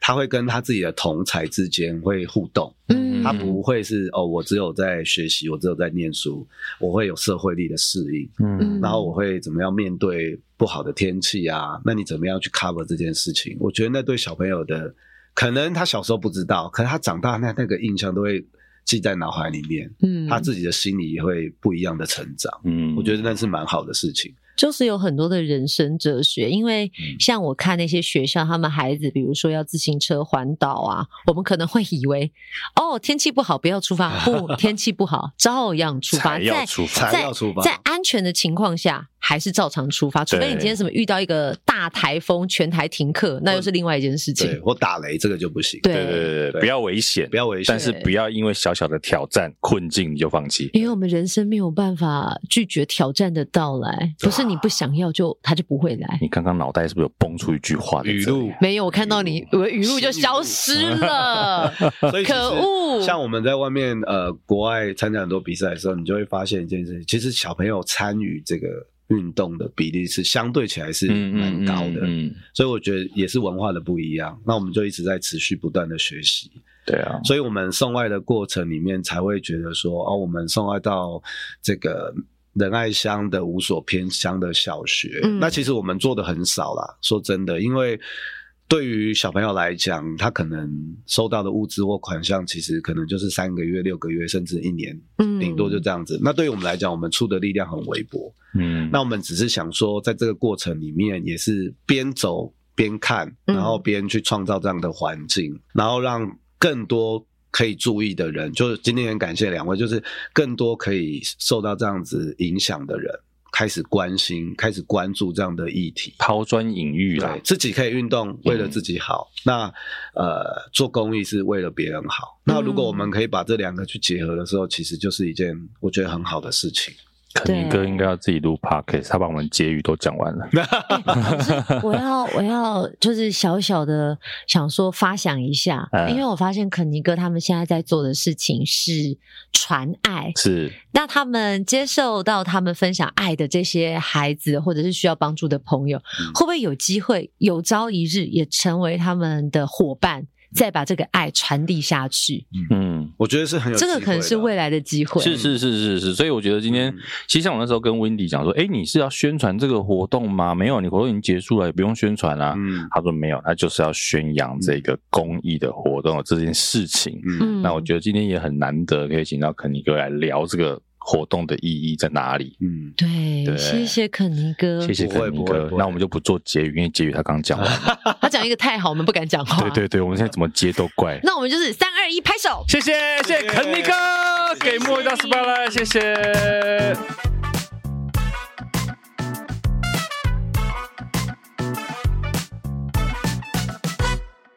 B: 他会跟他自己的同才之间会互动，
C: 嗯，
B: 他不会是哦，我只有在学习，我只有在念书，我会有社会力的适应，
A: 嗯
B: 然后我会怎么样面对不好的天气啊？那你怎么样去 cover 这件事情？我觉得那对小朋友的，可能他小时候不知道，可是他长大那那个印象都会记在脑海里面，
C: 嗯
B: 他自己的心理也会不一样的成长。
A: 嗯
B: 我觉得那是蛮好的事情。
C: 就是有很多的人生哲学，因为
A: 嗯
C: 像我看那些学校，他们孩子比如说要自行车环岛啊，我们可能会以为哦天气不好不要出发，不天气不好照样出发，
A: 才要
C: 在
A: 出发，
B: 才要出发
C: 在在安全的情况下还是照常出发，除非你
A: 对
C: 今天什么遇到一个大台风全台停课，那又是另外一件事
B: 对，
C: 情。
B: 或打雷这个就不行。
C: 对
A: 对对对对，
B: 对
A: 不要危险，
B: 不要危险
A: 但是不要因为小小的挑战困境你就放弃。
C: 因为我们人生没有办法拒绝挑战的到来，不是你不想要就他就不会来。
A: 你刚刚脑袋是不是有蹦出一句话
B: 语录？
C: 没有，我看到你，我的语录就消失 (laughs) 了。
B: 所以其实
C: 可
A: 哦
C: 恶
B: 像我们在外面呃国外参加很多比赛的时候，你就会发现一件事情，其实小朋友参与这个运动的比例是相对起来是蛮高的，
A: 嗯，
B: 所以我觉得也是文化的不一样。那我们就一直在持续不断的学习，
A: 对啊，
B: 所以我们送外的过程里面才会觉得说，哦，我们送外到这个。仁爱乡的无所偏乡的小学，
C: 嗯
B: 那其实我们做的很少啦。说真的，因为对于小朋友来讲，他可能收到的物资或款项，其实可能就是三个月、六个月，甚至一年，
C: 嗯
B: 顶多就这样子。那对于我们来讲，我们出的力量很微薄。
A: 嗯，
B: 那我们只是想说，在这个过程里面，也是边走边看，
C: 嗯
B: 然后边去创造这样的环境，然后让更多可以注意的人，就是今天很感谢两位，就是更多可以受到这样子影响的人，开始关心，开始关注这样的议题。
A: 抛砖引玉啦
B: 对，，自己可以运动，为了自己好。那呃，做公益是为了别人好。那
C: 嗯
B: 如果我们可以把这两个去结合的时候，其实就是一件我觉得很好的事情。
A: 肯宁哥应该要自己录 podcast，他把我们结语都讲完了。
C: 我要我要就是小小的想说发想一下，
A: 嗯
C: 因为我发现肯尼哥他们现在在做的事情是传爱，
A: (laughs) 是，
C: 那他们接受到他们分享爱的这些孩子或者是需要帮助的朋友，
B: 嗯
C: 会不会有机会有朝一日也成为他们的伙伴？再把这个爱传递下去，
A: 嗯，
B: 我觉得是很有
C: 这个可能是未
B: 了
C: 来的机会。
A: 是是是是是，所以我觉得今天
B: 嗯，
A: 其实像我那时候跟 Wendy 讲说，哎，你是要宣传这个活动吗？没有，你活动已经结束了，也不用宣传啦。
B: 嗯
A: 他说没有，他就是要宣扬这个公益的活动这件事情。
B: 嗯，
A: 那我觉得今天也很难得，可以请到肯尼哥来聊这个活动的意义在哪里。
B: 嗯，
C: 对，
A: 对
C: 谢谢肯尼哥，
A: (laughs) 谢谢
B: 不会
A: 肯尼
B: 不会
A: 哥
B: 不，会
A: 那我们就不做结语，因为结语他刚
B: (laughs)
A: 讲完了。
C: 他讲一个太好，我们不敢讲话。
A: 对对对，我们现在怎么接都怪。
C: 那我们就是三二一拍手。
A: 谢谢谢谢肯尼哥，给莫大斯巴拉，谢谢。